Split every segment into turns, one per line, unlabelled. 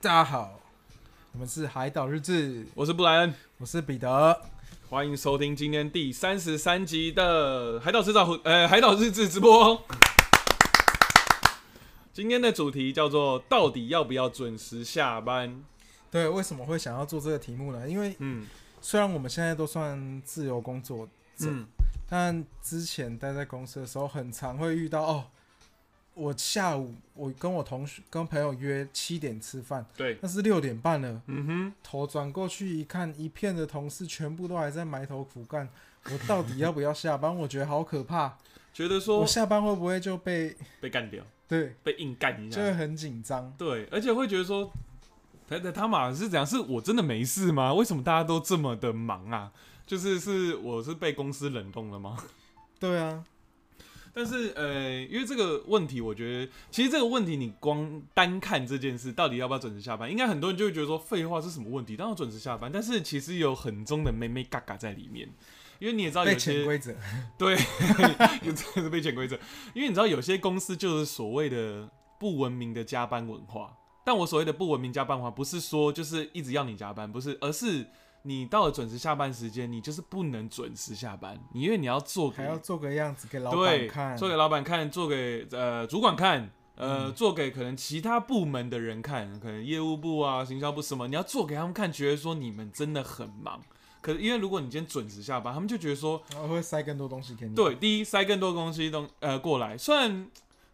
大家好，我们是海岛日志，
我是布莱恩，
我是彼得。
欢迎收听今天第三十三集的《海岛制造》呃，《海岛日志》直播。今天的主题叫做“到底要不要准时下班
对，为什么会想要做这个题目呢？因为”？
嗯
虽然我们现在都算自由工作者，
嗯，
但之前待在公司的时候，很常会遇到哦，我下午我跟我同学跟朋友约七点吃饭，
对，
但是六点半了，
嗯哼，
头转过去一看，一片的同事全部都还在埋头苦干，我到底要不要下班？我觉得好可怕，
觉得
我
说
下班会不会就被
被干掉，
对，
被硬干一
就会
下，
很紧张。
对，而且会觉得说，他他他妈是怎样？是我真的没事吗？为什么大家都这么的忙啊？就是是我是被公司冷冻了吗？
对啊，
但是呃，因为这个问题，我觉得其实这个问题，你光单看这件事，到底要不要准时下班，应该很多人就会觉得说，废话是什么问题？当然要准时下班，但是其实有很重的妹妹嘎嘎在里面。因为你也知道，
被
有
潜
些
规则。
有真的是被潜规则。因为你知道，有些公司就是所谓的不文明的加班文化。但我所谓的不文明加班文化，不是说就是一直要你加班，不是，而是你到了准时下班时间，你就是不能准时下班，你因为你要做给
还要做个样子给老板
对，
看，
做给老板看，做给呃主管看，呃，
嗯
做给可能其他部门的人看，可能业务部啊、行销部什么，你要做给他们看，觉得说你们真的很忙。可是因为如果你今天准时下班，他们就觉得说，
然后会塞更多东西给你。，
对，第一塞更多东西东呃过来，虽然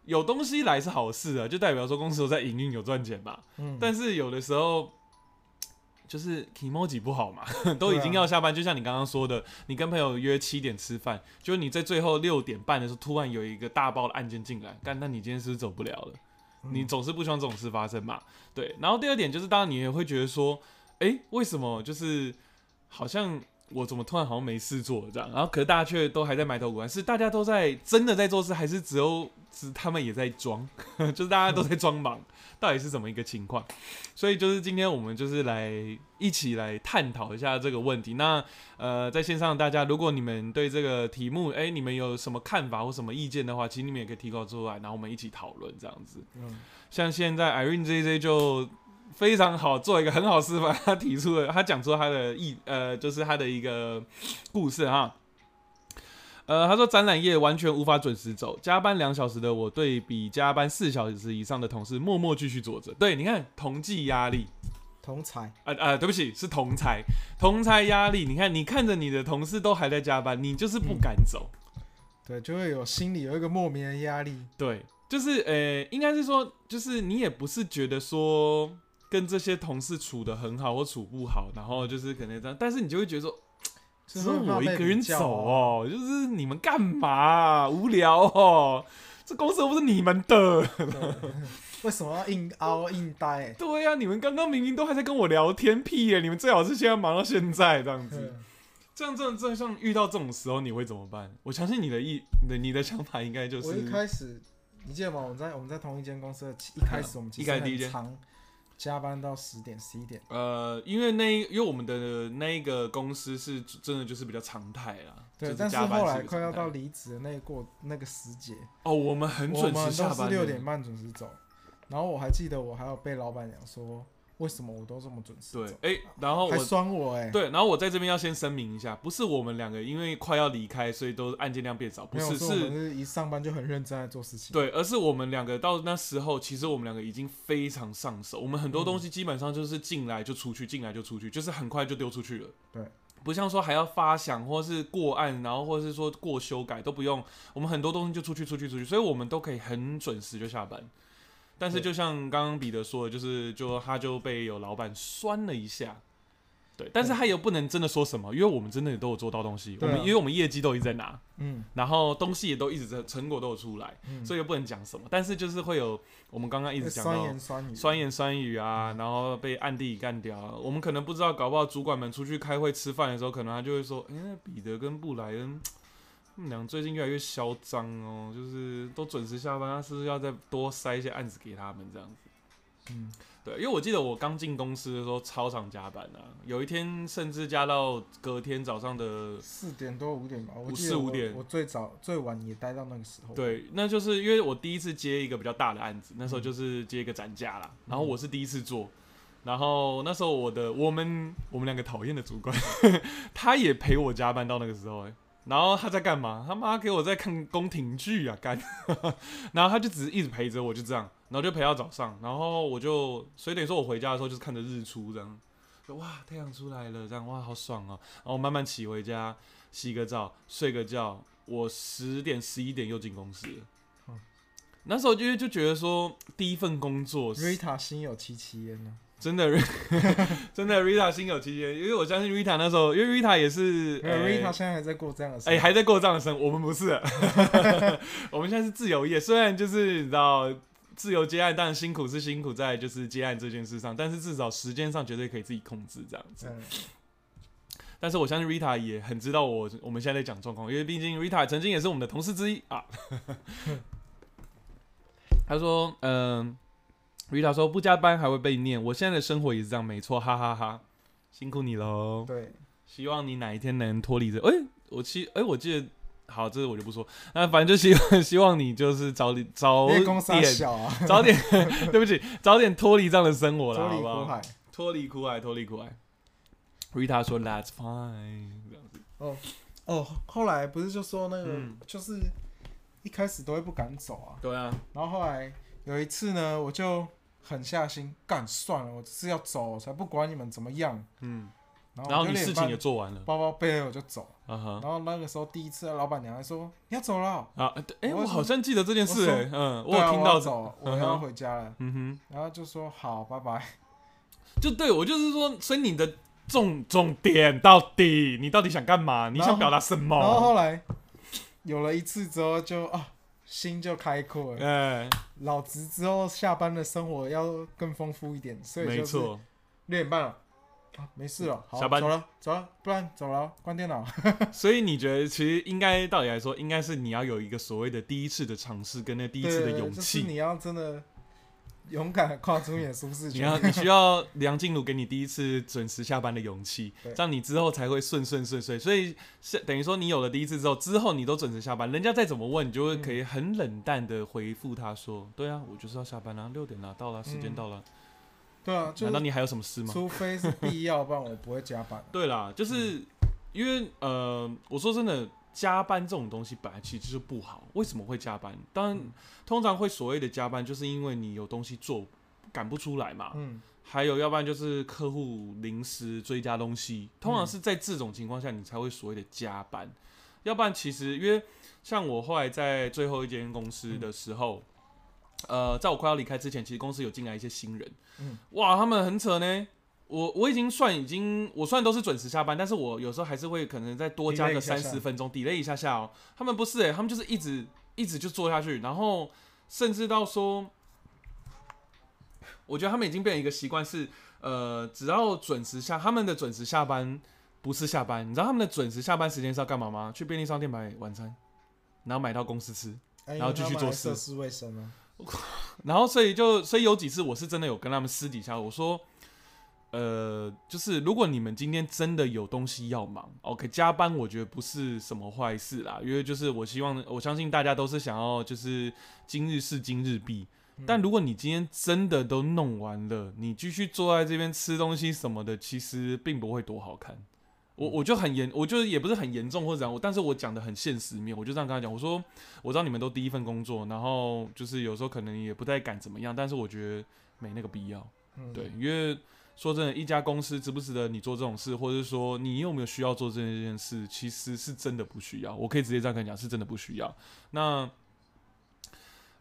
有东西来是好事啊，就代表说公司有在营运有赚钱嘛，
嗯，
但是有的时候就是 emoji 不好嘛， 都已经要下班，就像你刚刚说的，你跟朋友约七点吃饭，就你在最后六点半的时候，突然有一个大包的案件进来，干，那你今天是不是走不了了？
嗯
你总是不希望这种事发生嘛，对。然后第二点就是，当然你也会觉得说，诶，为什么就是好像。我怎么突然好像没事做了这样？然后可是大家却都还在埋头苦干，是大家都在真的在做事，还是只有只 他们也在装？就是大家都在装忙，到底是怎么一个情况？所以就是今天我们就是来一起来探讨一下这个问题。那呃，在线上大家，如果你们对这个题目，哎、你们有什么看法或什么意见的话，其实你们也可以提供出来，然后我们一起讨论这样子。
嗯，
像现在 Irene J J 就非常好做一个很好示范，他提出了，他讲出他的意，呃，就是他的一个故事哈。呃，他说展览业完全无法准时走，加班两小时的我，对比加班四小时以上的同事，默默继续坐着。对，你看同济压力，
同才
啊、啊、对不起，是同才，同才压力。你看，你看着你的同事都还在加班，你就是不敢走。
对，就会有心里有一个莫名的压力。
对，就是呃，应该是说，就是你也不是觉得说跟这些同事处的很好或处不好，然后就是可能这样，但是你就会觉得说，只
就是会怕
我一
被啊
个人
比较
走哦，就是你们干嘛啊、无聊哦，这公司又不是你们的。
对为什么要硬凹硬待？
对呀、啊你们刚刚明明都还在跟我聊天，屁耶！你们最好是现在忙到现在这样子。
嗯
这样这样这样，像遇到这种时候，你会怎么办？我相信你的意，你的你的想法应该就是
我一开始，你记得吗？我们在我们在同一间公司的，一开始我们其
一
实
开始第一
很
间
常加班到十点十一点。
呃，因为那一因为我们的那一个公司是真的就是比较常态啦，就
对，
是
但
加班
后来
一个
快要
常态
到离职的那一过那个时节，
哦，我们很
我
准时
们
下
都是
班，
六点。半准时走。然后我还记得我还有被老板讲说，为什么我都这么准时
对
走，，
哎、然后
还
我
酸我哎、
对，然后我在这边要先声明一下，不是我们两个因为快要离开，所以都案件量变少，不
没有
是
说我们
是。
是一上班就很认真在做事情。
对，而是我们两个到那时候，其实我们两个已经非常上手，我们很多
嗯
东西基本上就是进来就出去，进来就出去，就是很快就丢出去了。
对，
不像说还要发想或是过案，然后或是说过修改都不用，我们很多东西就出去出去出去，所以我们都可以很准时就下班。但是
对
就像刚刚彼得说的，就是就他就被有老板酸了一下，对，但是
对
他又不能真的说什么，因为我们真的也都有做到东西，我
对啊
们因为我们业绩都一直在拿，
嗯，
然后东西也都一直在成果都有出来，
嗯哎
所以又不能讲什么，但是就是会有我们刚刚一直讲
酸
到
言酸语，
酸言酸语啊，然后被暗地里干掉啊。我们可能不知道，搞不好主管们出去开会吃饭的时候，可能他就会说：“哎、那彼得跟布莱恩，他们俩最近越来越嚣张哦，就是都准时下班，他是不是要再多塞一些案子给他们这样子？”
嗯，
对，因为我记得我刚进公司的时候超常加班啊，有一天甚至加到隔天早上的
四点多五点吧，我
五
记
四
得
五
我
点
我最早最晚也待到那个时候。，
对，那就是因为我第一次接一个比较大的案子，那时候就是接一个展架啦，然后
嗯
我是第一次做，然后那时候我的我们我们两个讨厌的主管， 他也陪我加班到那个时候、欸，然后他在干嘛？他妈给我在看宫廷剧啊，干！然后他就只是一直陪着我，就这样，然后就陪到早上，然后我就所以等于说我回家的时候就是看着日出这样，就哇太阳出来了，这样哇好爽哦、然后慢慢骑回家，洗个澡，睡个觉，我十点十一点又进公司了
嗯。
那时候就就觉得说，第一份工作是
Rita 心有戚戚焉呢，
真的， 真的，Rita 心有戚戚焉，因为我相信 Rita 那时候，因为 Rita 也是，
没有
呃
Rita 现在还在过这样的生
哎、
活，
还在过这样的生活，我们不是， 我们现在是自由业，虽然就是你知道自由接案，当然辛苦是辛苦在就是接案这件事上，但是至少时间上绝对可以自己控制这样子。
嗯
但是我相信 Rita 也很知道我我们现在在讲状况，因为毕竟 Rita 曾经也是我们的同事之一啊。他说，嗯、r i t a 说不加班还会被念，我现在的生活也是这样，没错，哈哈哈辛苦你喽。
对，
希望你哪一天能脱离这。哎、我记，哎、我记得，好，这个我就不说。那反正就希望希望你就是早点
因
早
为
哦点
公司还小啊，
早点，对不起，早点脱离这样的生活
脱
啦，
离
好不
苦
好？
海。
脱离苦海，脱离苦海。Rita 说：“That's fine。”这样子，
哦，后来不是就说那个
嗯
就是一开始都会不敢走啊，
对啊，
然后后来有一次呢，我就狠下心，干算了，我就是要走，我才不管你们怎么样。
嗯，
然后
然后
我就
你
连
事情也做完了
搬，包包背了我就走。
啊哈
然后那个时候第一次，老板娘还说你要走了，
啊，对哎，
我为
我
什么
好像记得这件事，
我说
哎，嗯，
对
有
啊
听
我
到
要，走，我
嗯哼
要回家了。
嗯哼，
然后就说好，拜拜。
就对我就是说，所以你的重重点到底，你到底想干嘛？你
然
想
后
表达什
然后
么？
后来有了一次之后就，啊心就开阔了。
哎，
老子之后下班的生活要更丰富一点，所以
没
就是
错，
六点半了，啊，没事了，好，
下班
走了，走了，不然走了，关电脑。
所以你觉得，其实应该道理来说，应该是你要有一个所谓的第一次的尝试，跟那第一次的
对
勇
就是
气。
你要真的勇敢地跨出你的舒适
你
圈。
要，你需要梁静茹给你第一次准时下班的勇气，
对
这样你之后才会顺顺顺遂。所以是等于说，你有了第一次之后，之后你都准时下班，人家再怎么问，你就会可以
嗯
很冷淡的回复他说：“对啊，我就是要下班啦、六点啦、到了，时间
嗯
到了。
对啊，就
难道
是
你还有什么事吗？
除非是必要，不然我不会加 班。
对啦，就是、因为呃，我说真的，加班这种东西本来其实就是不好。为什么会加班？当然，
嗯
通常会所谓的加班，就是因为你有东西做赶不出来嘛。
嗯，
还有，要不然就是客户临时追加东西，通常
嗯
是在这种情况下，你才会所谓的加班。要不然，其实因为像我后来在最后一间公司的时候，呃，在我快要离开之前，其实公司有进来一些新人，
嗯
哇，他们很扯呢。我我已经算已经我算都是准时下班，但是我有时候还是会可能再多加
Delay
个
一下
三
下
十分钟，delay 一下下哦。他们不是诶、他们就是一直一直就做下去，然后甚至到说，我觉得他们已经变成一个习惯是，呃，只要准时下他们的准时下班不是下班，你知道他们的准时下班时间是要干嘛吗？去便利商店买晚餐，然后买到公司吃。
哎
然后继续
因为
做事
他们还涉世未深啊。
然后所以就所以有几次我是真的有跟他们私底下我说，呃，就是如果你们今天真的有东西要忙，OK，加班我觉得不是什么坏事啦，因为就是我希望我相信大家都是想要就是今日事今日毕。
嗯
但如果你今天真的都弄完了，你继续坐在这边吃东西什么的，其实并不会多好看。我我就很严，我就是也不是很严重或者怎样，我但是我讲的很现实面，我就这样跟他讲，我说我知道你们都第一份工作，然后就是有时候可能也不太敢怎么样，但是我觉得没那个必要。
嗯
对，，因为说真的，一家公司值不值得你做这种事，或者是说你有没有需要做这件事，其实是真的不需要。我可以直接这样跟你讲，是真的不需要。那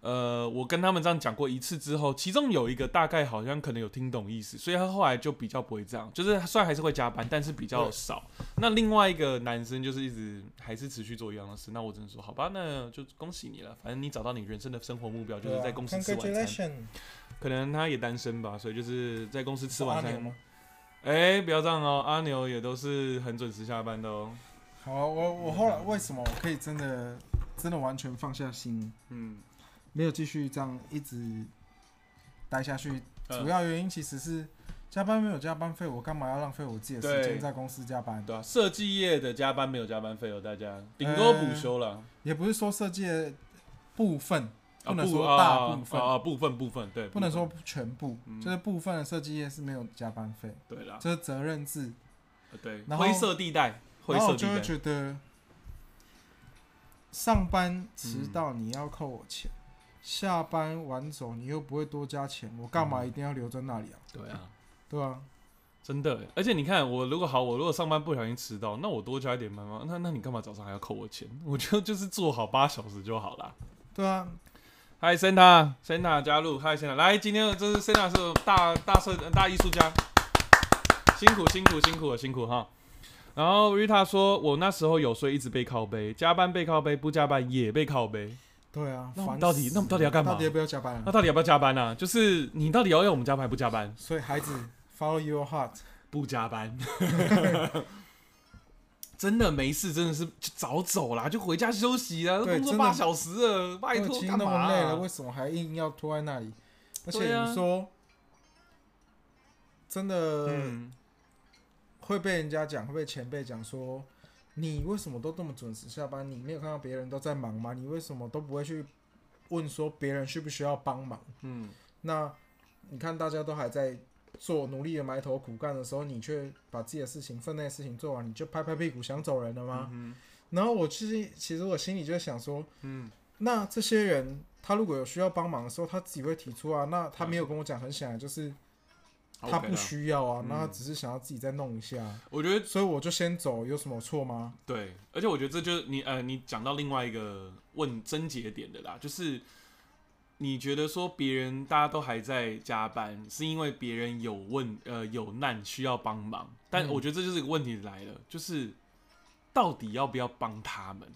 呃，我跟他们这样讲过一次之后，其中有一个大概好像可能有听懂意思，所以他后来就比较不会这样，就是虽然还是会加班，但是比较
对
少。那另外一个男生就是一直还是持续做一样的事，那我只能说好吧，那就恭喜你了，反正你找到你人生的生活目标，
啊
就是在公司吃晚餐。
餐。
可能他也单身吧，所以就是在公司吃晚
哦是阿牛
餐。
吗？
哎、不要这样哦，阿牛也都是很准时下班的哦。
好啊，我我后来为什么我可以真的真的完全放下心，
嗯，
没有继续这样一直待下去？
呃
主要原因其实是加班没有加班费，我干嘛要浪费我自己的时
对
间在公司加班？
对啊，设计业的加班没有加班费哦，大家顶多补休了。
也不是说设计的部分，哎不能说大部分
啊啊部分部分对，
不能
部分
说全部，
嗯
就是部分的设计业是没有加班费，
对啦，
这是责任制。
呃对，
然后
灰色地带，灰
然后
色
我
地
就会
带，
觉得，上班迟
嗯
到你要扣我钱，下班晚走你又不会多加钱，我干
嗯
嘛一定要留在那里啊？
对啊，
对啊，
真的欸。而且你看，我如果好，我如果上班不小心迟到，那我多加一点班吗？那那你干嘛早上还要扣我钱？我就就是做好八小时就好啦。
对啊，
嗨，Santa，Santa 加入，嗨，Santa，来，今天这是 Santa 是大大设大艺术家，辛苦辛苦辛苦了，辛苦哈。然后 Rita 说，我那时候有睡，一直被靠背，加班被靠背，不加班也被靠背。
对啊。
那我
烦
们到底
死
那我们到底要干嘛
到底要不要加班
那
啊？
到底要不要加班啊？就是你到底要要我们加班还不加班？
所以孩子，follow your heart。
不加班， 真的没事，真的是就早走啦，就回家休息啦。都
对
工作
真的
八小时了，拜
都已
托
经
干
那
嘛、啊
么累了，为什么还硬要拖在那里？而
对
且
啊
你说，真的、
嗯，
会被人家讲，会被前辈讲说，你为什么都这么准时下班？你没有看到别人都在忙吗？你为什么都不会去问说别人需不需要帮忙？
嗯，
那你看大家都还在做努力的埋头苦干的时候，你却把自己的事情、分内的事情做完，你就拍拍屁股想走人了吗？
嗯
然后我其实其实我心里就想说，
嗯，
那这些人他如果有需要帮忙的时候，他自己会提出啊。那他没有跟我讲，很显然就是他不
OK 啦
需要啊，
嗯
那他只是想要自己再弄一下啊、
我觉得
所以我就先走，有什么错吗？
对，而且我觉得这就是你呃，你讲到另外一个问症结点的啦，就是你觉得说别人大家都还在加班，是因为别人有问呃有难需要帮忙，但
嗯
我觉得这就是一个问题来了，就是到底要不要帮他们？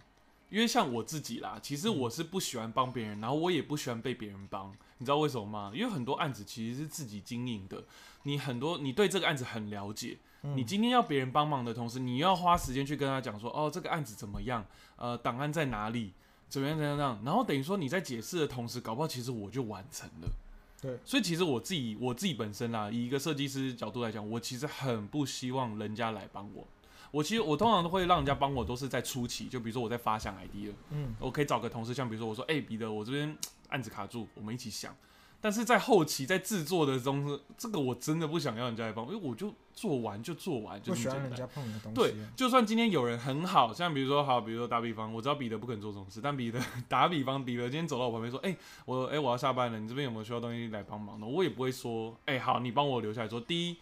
因为像我自己啦，其实我是不喜欢帮别人，然后我也不喜欢被别人帮，你知道为什么吗？因为很多案子其实是自己经营的，你很多你对这个案子很了解，
嗯
你今天要别人帮忙的同时，你要花时间去跟他讲说，哦，这个案子怎么样，呃，档案在哪里，怎么样怎么样怎么样，然后等于说你在解释的同时，搞不好其实我就完成了。
对，
所以其实我自己我自己本身啦，以一个设计师角度来讲，我其实很不希望人家来帮我。我其实我通常都会让人家帮我，都是在初期，就比如说我在发想 idea，
嗯，
我可以找个同事，像比如说我说，哎、彼得，我这边案子卡住，我们一起想。但是在后期在制作的中，这个我真的不想要人家来帮我，因为我就做完就做完，就
不
这
嗯喜
么
欢
简
人
单。
家碰你的东
对
西啊，，
就算今天有人很好，像比如说好，比如说打比方，我知道彼得不可能做这种事，但彼得 打比方，彼得今天走到我旁边说，哎、我哎、我要下班了，你这边有没有需要东西来帮忙的？我也不会说，哎、好，你帮我留下来说。第一，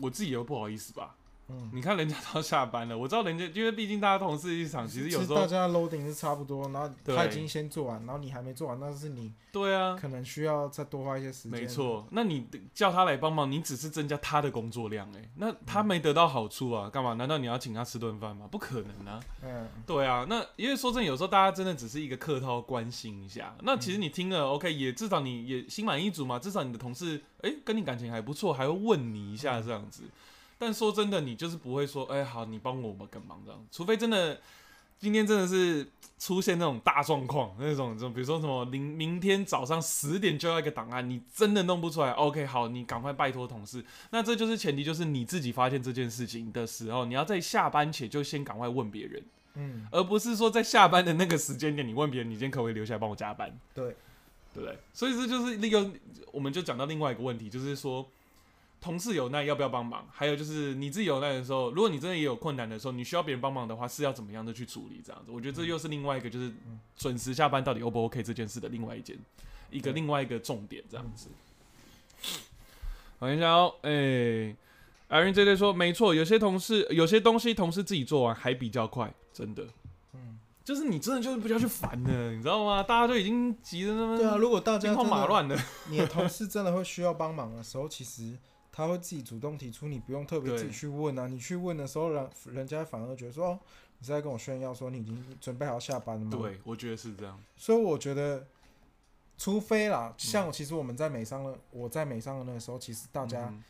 我自己也会不好意思吧。
嗯，
你看人家都下班了，我知道人家，因为毕竟大家同事一场，其实有时
大
候
家 loading 是差不多，然后
对
他已经先做完，然后你还没做完，那是你
对啊，
可能需要再多花一些时间。
没，错，那你叫他来帮忙，你只是增加他的工作量、欸，那他没得到好处啊，干嘛？难道你要请他吃顿饭吗？不可能啊，
嗯，
对啊，那因为说真的，有时候大家真的只是一个客套关心一下，那其实你听了、OK，也至少你也心满意足嘛，至少你的同事哎、跟你感情还不错，还会问你一下这样子。但说真的，你就是不会说哎、好，你帮我们个忙这样，除非真的。今天真的是出现那种大状况，那种就比如说什么明明天早上十点就要一个档案，你真的弄不出来，OK，好，你赶快拜托同事。那这就是前提，就是你自己发现这件事情的时候，你要在下班前就先赶快问别人。
嗯，
而不是说在下班的那个时间点，你问别人你今天可不可以留下来帮我加班，
对，
对不对？所以这就是利用，我们就讲到另外一个问题，就是说同事有难要不要帮忙，还有就是你自己有难的时候，如果你真的也有困难的时候，你需要别人帮忙的话，是要怎么样的去处理这样子？我觉
嗯
得这又是另外一个，就是准时下班到底 O 不 OK 这件事的另外一件一个
对嗯
另外一个重点这样子。等一下哦，哎、艾瑞这对说，没错，有些同事有些东西同事自己做完还比较快，真的。
嗯，
就是你真的就是不要去烦了，你知道吗？大家都已经急得那么
对啊，如果大家
嗯兵荒
真
马
的，
乱了，
你的同事真的会需要帮忙的时候，其实他会自己主动提出，你不用特别
对
自己去问啊。你去问的时候，人人家反而觉得说，哦，你是在跟我炫耀说你已经准备好下班了吗？
对，我觉得是这样。
所以我觉得，除非啦，
嗯
像其实我们在美商的，我在美商的那个时候，其实大家、
嗯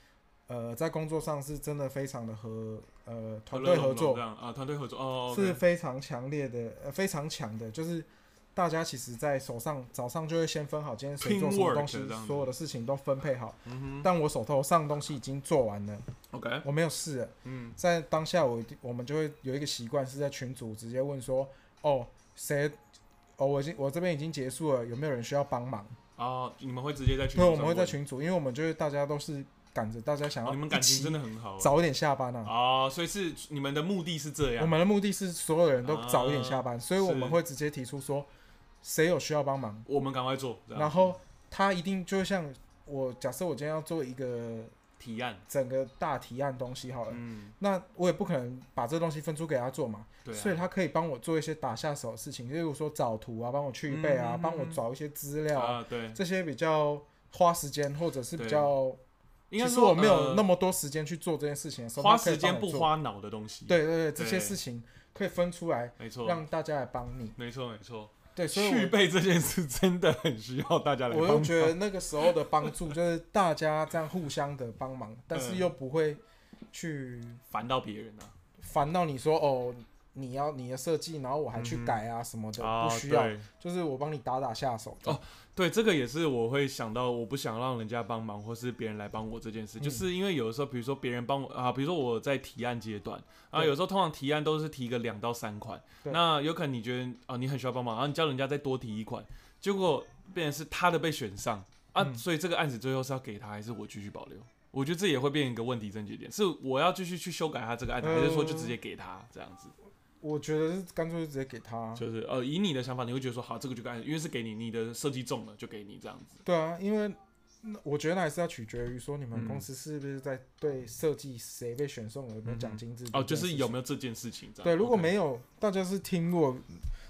呃在工作上是真的非常的和呃团队
乐融
合
融
作
这样啊，团队合作哦，
是
OK
非常强烈的，呃非常强的，就是大家其实在手上早上就会先分好今天谁做什
Teamwork
么东西
这样子，
所有的事情都分配好。
嗯哼
但我手头上东西已经做完了，
，OK，
我没有事了。
嗯
在当下我一定我们就会有一个习惯，是在群组直接问说，哦，谁哦，我已经我这边已经结束了，有没有人需要帮忙？
哦，你们会直接在群
对，
组
我
上
们会在
问
群组，因为我们就是大家都是赶着大家想
哦
要
你们
一
感情
起
真的很好
早一点下班啊。
哦，所以是你们的目的是这
我
样，
们的目的是所有人都早一点下班，所以我
啊是
们会直接提出说谁有需要帮忙，
我们赶快做，这样
然后他一定就像我假设我今天要做一个
提案，
整个大提案东西好了，
嗯，
那我也不可能把这东西分租给他做嘛，
对啊，
所以他可以帮我做一些打下手的事情，例如说找图啊，帮我去备啊，
嗯
帮我找一些资料啊，
啊，对，
这些比较花时间或者是比
对
较，其
应该
实
说
我没有那
么
么多时间去做这件事情的时候，
花
他可以
时间
帮我
不
做，
花脑的东西，，
对对对，这
对
些事情可以分出来。
没错，
让大家来帮你，
没错，没错，
对，所以
续
我
备这件事真的很需要大家来
我
帮
又
忙，
觉得那个时候的帮助就是大家这样互相的帮忙，但
嗯
是又不会去
烦到别人啊，
烦到你说哦，你要你的设计，然后我还去改啊什么的，
啊
不需要，
嗯对
就是我帮你打打下手。
哦对，这个也是我会想到，我不想让人家帮忙，或是别人来帮我这件事，
嗯
就是因为有的时候，比如说别人帮我啊，比如说我在提案阶段啊，
对
有时候通常提案都是提个两到三款，
对
那有可能你觉得啊你很需要帮忙，然后你叫人家再多提一款，结果变成是他的被选上啊，
嗯
所以这个案子最后是要给他，还是我继续保留？我觉得这也会变成一个问题症结点，是我要继续去修改他这个案
嗯
子，还是说就直接给他这样子？
我觉得是干脆就直接给他，
就是呃，以你的想法，你会觉得说好，这个就给案子，因为是给你，你的设计中了就给你这样子。
对啊，因为那我觉得那还是要取决于说你们
嗯
公司是不是在对设计谁被选送了有没有奖金制度
哦，就是有没
有
有这件事情这样？
对，如果
OK
没有，大家是听我。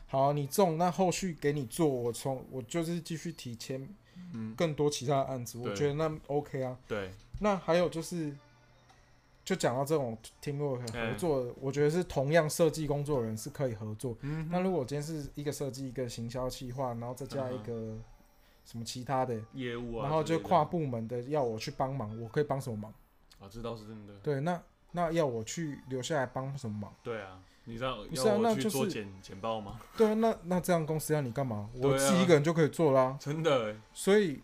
好，啊你中，那后续给你做，我从我就是继续提签
嗯，
更多其他的案子，我
对
觉得那 OK 啊。
对，
那还有就是，就讲到这种 teamwork
嗯
合作，我觉得是同样设计工作的人是可以合作。
嗯
那如果我今天是一个设计、一个行销企划，然后再加
嗯
一个什么其他的，
业务啊之类的，
然后就跨部门的要我去帮忙，我可以帮什么忙？
啊，这倒是真的。
对，那那要我去留下来帮什么忙？
对啊，你知道
不是啊
要我
那
去
就
做
是
简简报吗？
对啊，那那这样公司要你干嘛？
对
我
啊
自己一个人就可以做啦、
真的欸，
所以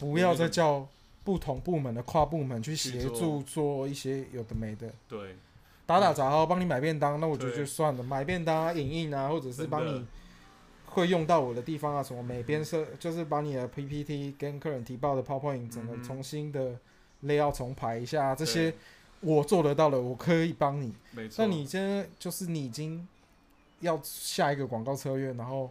不要再叫不同部门的跨部门去协助做一些有的没的，
对，
打打杂哦，帮你买便当，那我就
对
就算了，买便当啊、影印啊，或者是
真
帮
的
你会用到我的地方啊，什么每边设就是把你的 PPT 跟客人提报的 PowerPoint 整
嗯
个
哼
重新的 layout 重排一下啊，这些
对
我做得到的，我可以帮你。
没错。
那你现在就是你已经要下一个广告策略，然后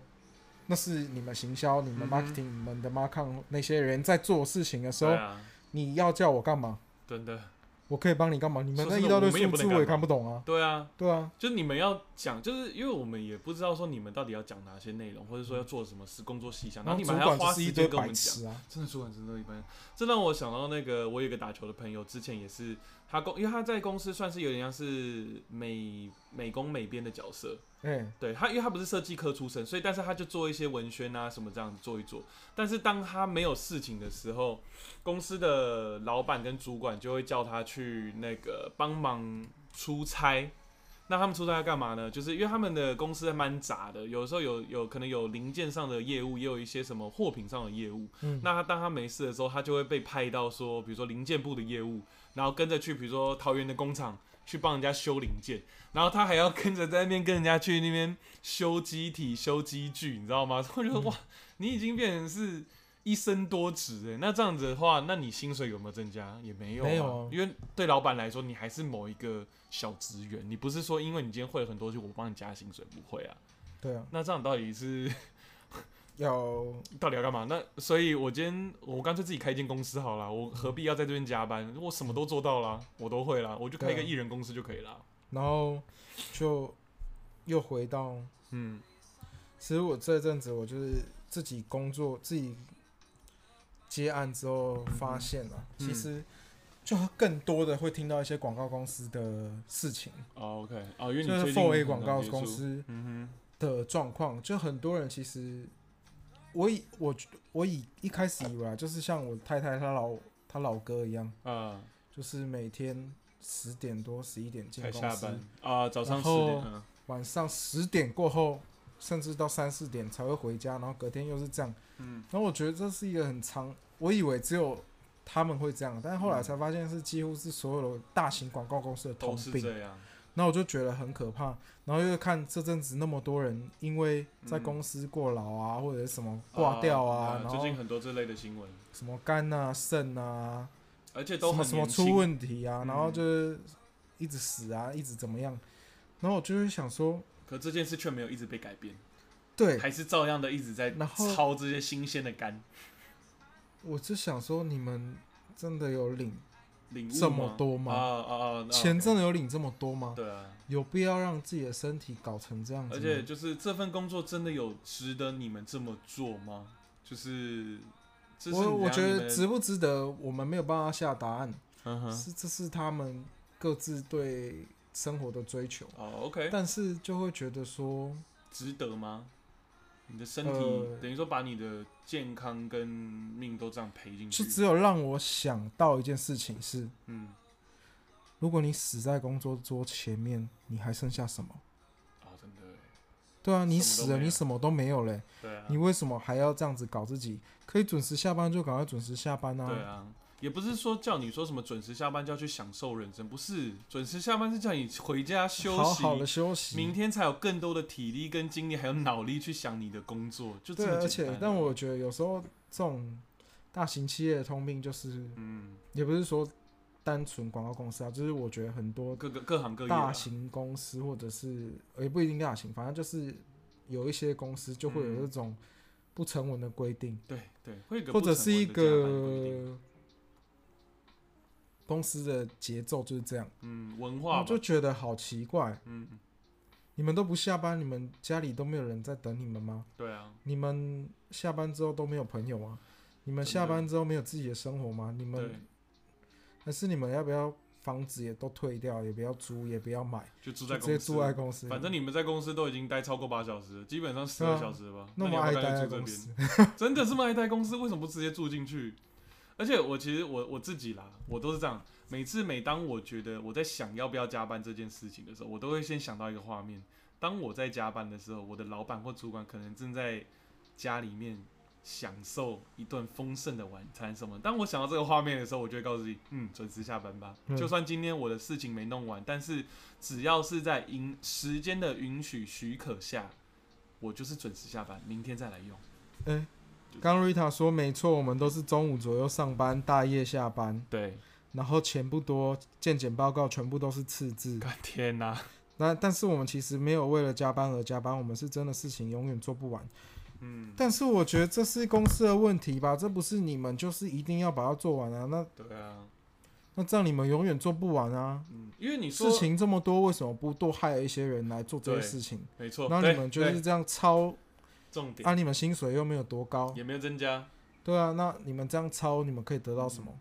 那是你们行销、你们
嗯哼
marketing、你们的 markon 那些人在做事情的时候，
对啊，
你要叫我干嘛？
真的，
我可以帮你干嘛？你们
说
那
真的
一大堆
我们也
数
不能
字我也
干嘛
看不懂啊。
对啊，
对啊，
就你们要讲，就是因为我们也不知道说你们到底要讲哪些内容，或者说要做什么事，工作细项，然后你
主
们还要
管就
花
是一
时间
堆
跟我
白
们讲。
痴啊。
真的主管真的一般。这让我想到那个，我有一个打球的朋友，之前也是他公，因为他在公司算是有点像是美美工美编的角色，
哎、
对他，因为他不是设计科出身，所以但是他就做一些文宣啊什么这样子做一做。但是当他没有事情的时候，公司的老板跟主管就会叫他去那个帮忙出差。那他们出差要干嘛呢？就是因为他们的公司还蛮杂的，有时候有有可能有零件上的业务，也有一些什么货品上的业务。
嗯
那他当他没事的时候，他就会被派到说，比如说零件部的业务，然后跟着去，比如说桃园的工厂去帮人家修零件，然后他还要跟着在那边跟人家去那边修机体、修机具，你知道吗？我 觉得
嗯
哇，你已经变成是一生多职哎。那这样子的话，那你薪水有没有增加？也没有、
没有啊
因为对老板来说，你还是某一个小职员，你不是说因为你今天会了很多，就我帮你加薪水，不会啊。
对啊，
那这样到底是？
要
到底要干嘛？那所以，我今天我干脆自己开一间公司好了，我何必要在这边加班？我什么都做到啦，我都会啦，我就开一个
对啊
艺人公司就可以啦。
然后就又回到，
嗯，
其实我这阵子我就是自己工作自己接案之后发现了、
嗯
其实就更多的会听到一些广告公司的事情，
哦，OK，哦，因为你
就是
最
f
近
o r A
很
广
常
告
接触
公，司
嗯
的状况，就很多人其实我以我我以一开始以为啊，就是像我太太她老她老哥一样，
哼，啊，
就是每天十点多十一点进
才
公
下
司
班，啊，早上
然
十
后
点，嗯
晚上十点过后，甚至到三四点才会回家，然后隔天又是这样。
嗯，
然后我觉得这是一个很长，我以为只有他们会这样，但是后来才发现是几乎是所有的大型广告公司的
都
通
是
病，
这样，
然后我就觉得很可怕，然后又看这阵子那么多人因为
嗯
在公司过劳啊，或者是什么挂掉啊，然
最
后
近很多这类的新闻，
什么肝啊、肾啊，
而且都
什么
很
什么
年轻
出问题啊，
嗯
然后就是一直死啊，一直怎么样，然后我就会想说，
可这件事却没有一直被改变，
对
还是照样的一直在
然后
抄这些新鲜的肝，
我就想说你们真的有领
领悟
这么多
吗？
吗
啊啊啊！
钱真
阵
的有领这么多吗？
对啊，
有必要让自己的身体搞成这样子
而
吗？
且就是这份工作真的有值得你们这么做吗？就是，这是啊
我我觉得
只
值不值得，我们没有办法下答案，
嗯哼，
是这是他们各自对生活的追求，
哦，OK，
但是就会觉得说，
值得吗？你的身体、
呃
等于说把你的健康跟命都这样赔进去
就，只有让我想到一件事情是，
嗯，
如果你死在工作桌前面，你还剩下什么？
啊、真的耶，
对啊，你
什么
死
都
了，
没有
你什么都没有嘞，
对啊，
你为什么还要这样子搞自己？可以准时下班就赶快准时下班
对
啊！
啊，也不是说叫你说什么准时下班就要去享受人生，不是，准时下班是叫你回家休息，
好好的休
明
息。
天才有更多的体力跟精力，还有脑力去想你的工作，就
对，
这么
而
简
且
单啊
但我觉得有时候这种大型企业的通病就是
嗯，
也不是说单纯广告公司啊，就是我觉得很多
各个各行各业啊
大型公司或者是也不一定大型，反正就是有一些公司就会有
嗯
这种不成文的规定，
对对，会有一个
或
不
者
成
是
文
一
的价值观规定
个公司的节奏就是这样，
嗯文化
我
吧
就觉得好奇怪，
嗯
你们都不下班，你们家里都没有人在等你们吗？
对啊，
你们下班之后都没有朋友吗？你们
真
下
的
班之后没有自己的生活吗？你们
对，
还是你们要不要房子也都退掉，也不要租，也不要买，
就住
就
在
直
公
接
司，
住在公司里？
反正你们在公司都已经待超过八小时了，基本上十
对
二
啊
小时了吧？
那
你
么
要
爱
不要
待
干
在
脆住这
公
边？
司，
真的这么爱待公司，为什么不直接住进去？而且我其实我我自己啦，我都是这样。每次每当我觉得我在想要不要加班这件事情的时候，我都会先想到一个画面：当我在加班的时候，我的老板或主管可能正在家里面享受一顿丰盛的晚餐什么。当我想到这个画面的时候，我就会告诉自己，嗯，准时下班吧。
嗯
就算今天我的事情没弄完，但是只要是在允时间的允许许可下，我就是准时下班，明天再来用。
哎， 刚刚 Rita 说没错，我们都是中午左右上班，大夜下班，
对，
然后钱不多，健检报告全部都是赤 字。
干天呐、
那但是我们其实没有为了加班而加班，我们是真的事情永远做不完。
嗯，
但是我觉得这是公司的问题吧，这不是你们就是一定要把它做完啊。那
对啊，
那这样你们永远做不完啊。
嗯，因为你说
事情这么多，为什么不多害一些人来做这些
对
事情？
没错，
然后
对
你们就是
对
这样抄，
重点、
啊，哦你们薪水又没有多高，
也没有增加，
对啊，那你们这样抄，你们可以得到什
嗯
么？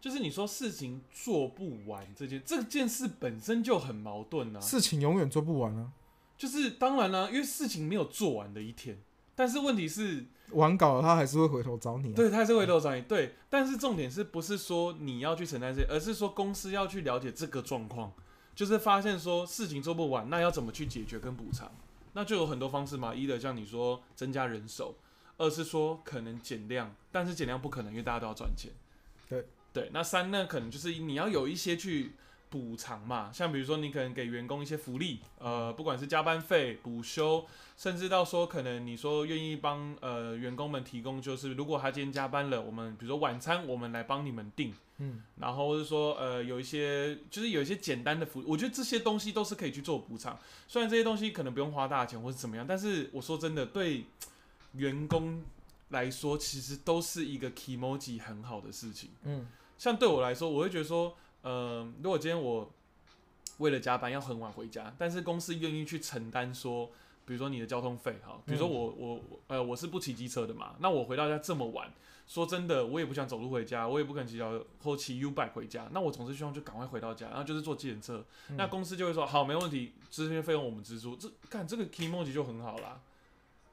就是你说事情做不完这件这件事本身就很矛盾啊，
事情永远做不完啊，
就是当然啦、因为事情没有做完的一天，但是问题是，
完稿了他还是会回头找你、啊。
对，他是会漏找你，对，但是重点是不是说你要去承担这些，而是说公司要去了解这个状况，就是发现说事情做不完，那要怎么去解决跟补偿？那就有很多方式嘛，一的像你说增加人手，二是说可能减量，但是减量不可能，因为大家都要赚钱。
对
对，那三呢，可能就是你要有一些去补偿嘛，像比如说你可能给员工一些福利，呃，不管是加班费、补休，甚至到说可能你说愿意帮呃员工们提供，就是如果他今天加班了，我们比如说晚餐我们来帮你们订。
嗯，
然后是说，呃，有一些就是有一些简单的服务，我觉得这些东西都是可以去做补偿。虽然这些东西可能不用花大钱或是怎么样，但是我说真的，对员工来说，其实都是一个 e m o j i 很好的事情。
嗯，
像对我来说，我会觉得说，呃，如果今天我为了加班要很晚回家，但是公司愿意去承担说，比如说你的交通费哈，比如说我、我我呃我是不骑机车的嘛，那我回到家这么晚，说真的，我也不想走路回家，我也不肯骑脚或骑 U bike 回家，那我总是希望就赶快回到家，然后就是坐计程车，
嗯
那公司就会说好，没问题，这些费用我们支出，这看这个 key emoji 就很好啦，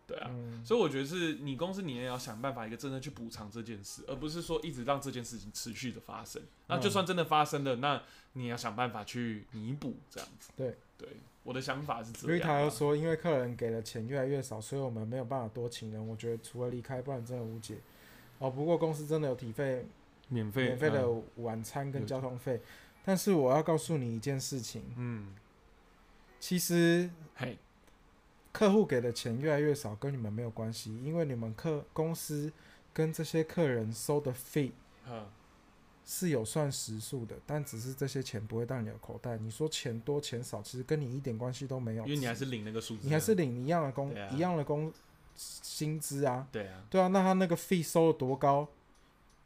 对啊，
嗯，
所以我觉得是你公司你也要想办法一个真的去补偿这件事，而不是说一直让这件事情持续的发生。那就算真的发生了，那你也要想办法去弥补这样子。
对
对，我的想法是这
所以
样
他
啊。
又说，因为客人给的钱越来越少，所以我们没有办法多请人。我觉得除了离开，不然真的无解。哦，不过公司真的有体费
免费
免费的
嗯
晚餐
有
跟交通费，但是我要告诉你一件事情，
嗯
其实
嘿，
客户给的钱越来越少，跟你们没有关系，因为你们客公司跟这些客人收的费
嗯，
是有算时数的，但只是这些钱不会到你的口袋。你说钱多钱少，其实跟你一点关系都没有，
因为你还是领那个数字啊，
你还是领一样的工、
对啊
一样的工薪资啊，
对啊，
对啊，那他那个 fee 收的多高，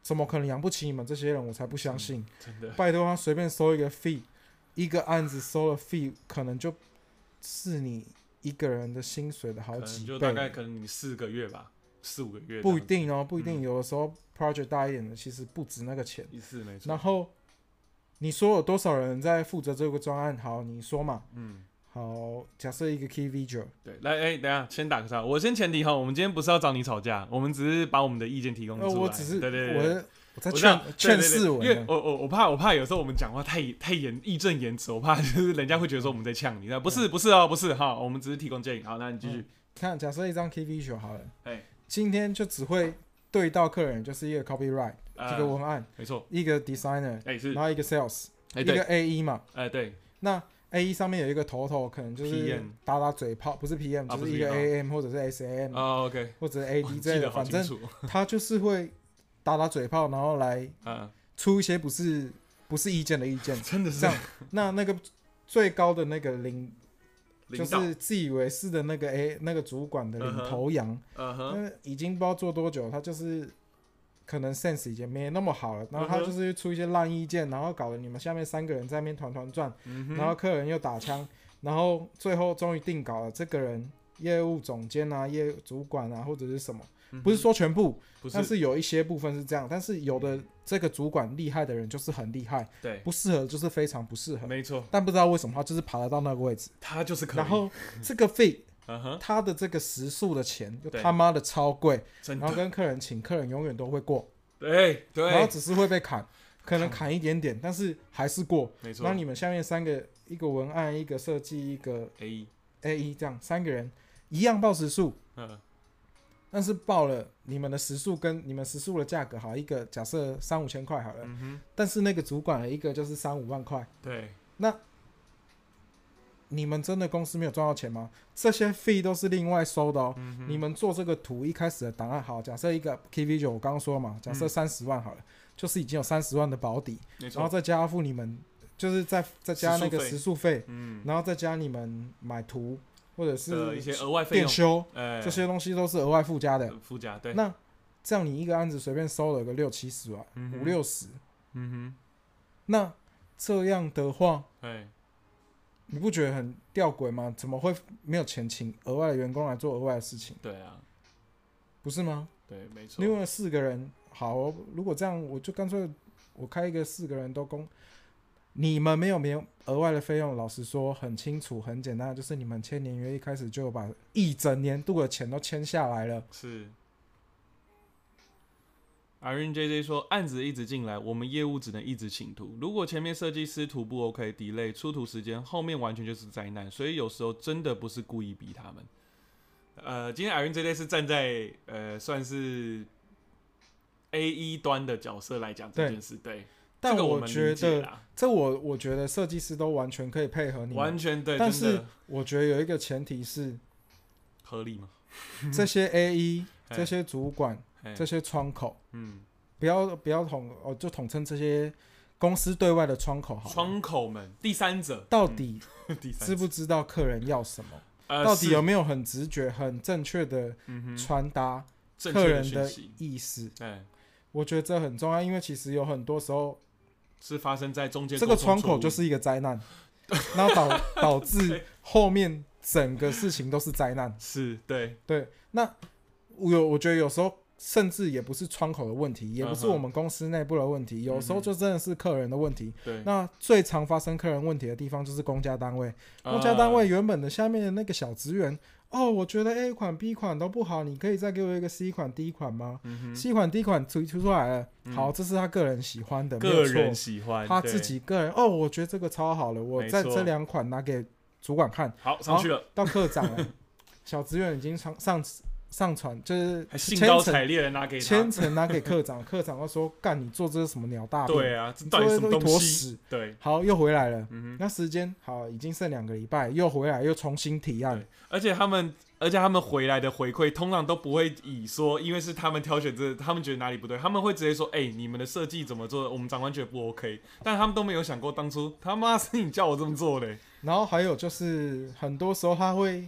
怎么可能养不起你们这些人？我才不相信。
真的，
拜托他随便收一个 fee，一个案子收了 fee，可能就是你一个人的薪水的好
可能
几
就大概
倍。
可能你四个月吧，四五个月，
不一，定哦，不一定，
嗯
有的时候 project 大一点的其实不值那个钱。
一次没错，
然后你说有多少人在负责这个专案？好，你说嘛。
嗯。
好，假设一个 key visual，
对，来，哎、等一下，先打个岔。我先前提哈，我们今天不是要找你吵架，我们只是把我们的意见提供出
呃，
来。
我只是
对对对，
我我在
我知道
劝劝世
对对对因
文
为
呢，啊
我我我怕我怕有时候我们讲话太太严义正言辞，我怕 就是人家会觉得说我们在呛你。那不
嗯
是不是哦，不是哈，我们只是提供建议。好，那你继续。
看，假设一张 key visual 好了
哎，
今天就只会对到客人，就是一个 copyright，
呃
嗯一个文案，
没错，
一个 designer，
哎、是，
然后一个 sales，
哎、
一
对，
个
哎、
A E 嘛。
对，
那 A E 上面有一个头头，可能就是
PM
打打嘴炮，不是 P M，
啊
就是一
不
个
是 PM
A M 或者是 S A M
哦，OK，
或者 A
哇
D
你
之
记
类
得
的，
好
反
清
正
楚。
他就是会打打嘴炮，然后来
嗯，。
出一些不是不是意见的意见
真的是
这样，那那个最高的那个领，就
领导，
是自以为是的那个 A 那个主管的领头羊，
嗯哼，
那已经不知道做多久，他就是。可能 sense 已经没那么好了，然后他
嗯哼
就是出一些烂意见，然后搞得你们下面三个人在那边团团转，
嗯哼，
然后客人又打枪，然后最后终于定稿了。这个人业务总监啊、业务主管啊，或者是什么，
嗯哼
不是说全部，
不是嗯
但是有一些部分是这样。但是有的这个主管厉害的人就是很厉害，
对，
不适合就是非常不适合。
没错，
但不知道为什么他就是爬得到那个位置。
他就是可以。
然，后这个费，
嗯哼，
他的这个时速的钱就
对
他妈的超贵，
真
然后
的，
跟客人请，客人永远都会过，
对
然后
对，
只是会被砍，可能砍一点点，但是还是过。
没错。
然后你们下面三个，一个文案，一个设计，一个
A，
A 一这样三个人一样报时数，
嗯，
但是报了你们的时数跟你们时数的价格好，一个假设三五千块好了，
嗯哼，
但是那个主管的一个就是三五万块，
对，
你们真的公司没有赚到钱吗？这些费都是另外收的哦。
嗯哼，
你们做这个图一开始的档案好，假设一个 KV 九，我刚刚说嘛，假设
嗯
三十万好了，就是已经有三十万的保底，
没
然后
错，
再加付你们，就是再再加那个
时
时速费，
嗯，
然后再加你们买图或者
的一些
是
额外费
电
用，
修
哎，
这些东西都是额外附加的。
呃附加，对，
那这样你一个案子随便收了个六七十万，
嗯哼
五六十，
嗯
那这样的话，
哼，哎，
你不觉得很吊诡吗？怎么会没有钱请额外的员工来做额外的事情，
对啊，
不是吗？
对，没错，
另外四个人，好，如果这样，我就干脆我开一个四个人都供。你们没有没有额外的费用，老实说很清楚很简单，就是你们签年约一开始就有把一整年度的钱都签下来了，
是。Irene JJ 说，案子一直进来，我们业务只能一直请图。如果前面设计师图不 OK delay 出图时间，后面完全就是灾难。所以有时候真的不是故意逼他们。呃，今天 Irene JJ 是站在呃算是 A 一端的角色来讲这
对
件事，对，
但
这个我们
觉
理解
得
啦，
这我我觉得设计师都完全可以配合你们
完全对，
但
真的
是我觉得有一个前提是，
合理吗？
这些 A 一、
嗯哎
这些主管、
哎
这些窗口，
嗯，
不要不要统哦，就统称这些公司对外的窗口好了。
窗口们第三者
到底
嗯 第三
知
者
不知道客人要什么？
呃
到底
是
有没有很直觉、很正确的
嗯哼
传达
正
客
确的
人
讯
的
息，
意思？
哎，
我觉得这很重要，因为其实有很多时候，
是发生在中间
这
沟
个
通
窗
错
口
误
就是一个灾难， 然后导导 致后面整个事情都是灾难。
是对，
对，那我有我觉得有时候甚至也不是窗口的问题，也不是
嗯哼嗯
我们公司内部的问题，有时候就真的是客人的问题。
对，
那最常发生客人问题的地方就是公家单位，公
呃
家单位原本的下面的那个小职员，哦，我觉得 A 款、B 款都不好，你可以再给我一个 C 款、D 款吗、
嗯
c 款、D 款推出出来了，
嗯
好，这是他个人喜欢的，
哼
没有
呃个人
错，
喜欢，
他
对
自己个人，哦，我觉得这个超好了，我
没
在
错
这两款拿给主管看，
好上去了，
到科长了，小职员已经上上上传就是
还兴
千
高
层
采烈的拿给他
千。层拿给科长，科长又说干你做这是什么鸟大便，
对啊，这
你
到
做
底
这
什么
是一
东
坨
西？
屎。
对，
好，又回来了。
嗯哼。
那时间好，已经剩两个礼拜，又回来又重新提案
对，而且他们，而且他们回来的回馈通常都不会以说，因为是他们挑选这，他们觉得哪里不对，他们会直接说，哎、你们的设计怎么做的，我们长官觉得不 OK，但他们都没有想过当初他妈是你叫我这么做的、欸
然后还有就是很多时候他会，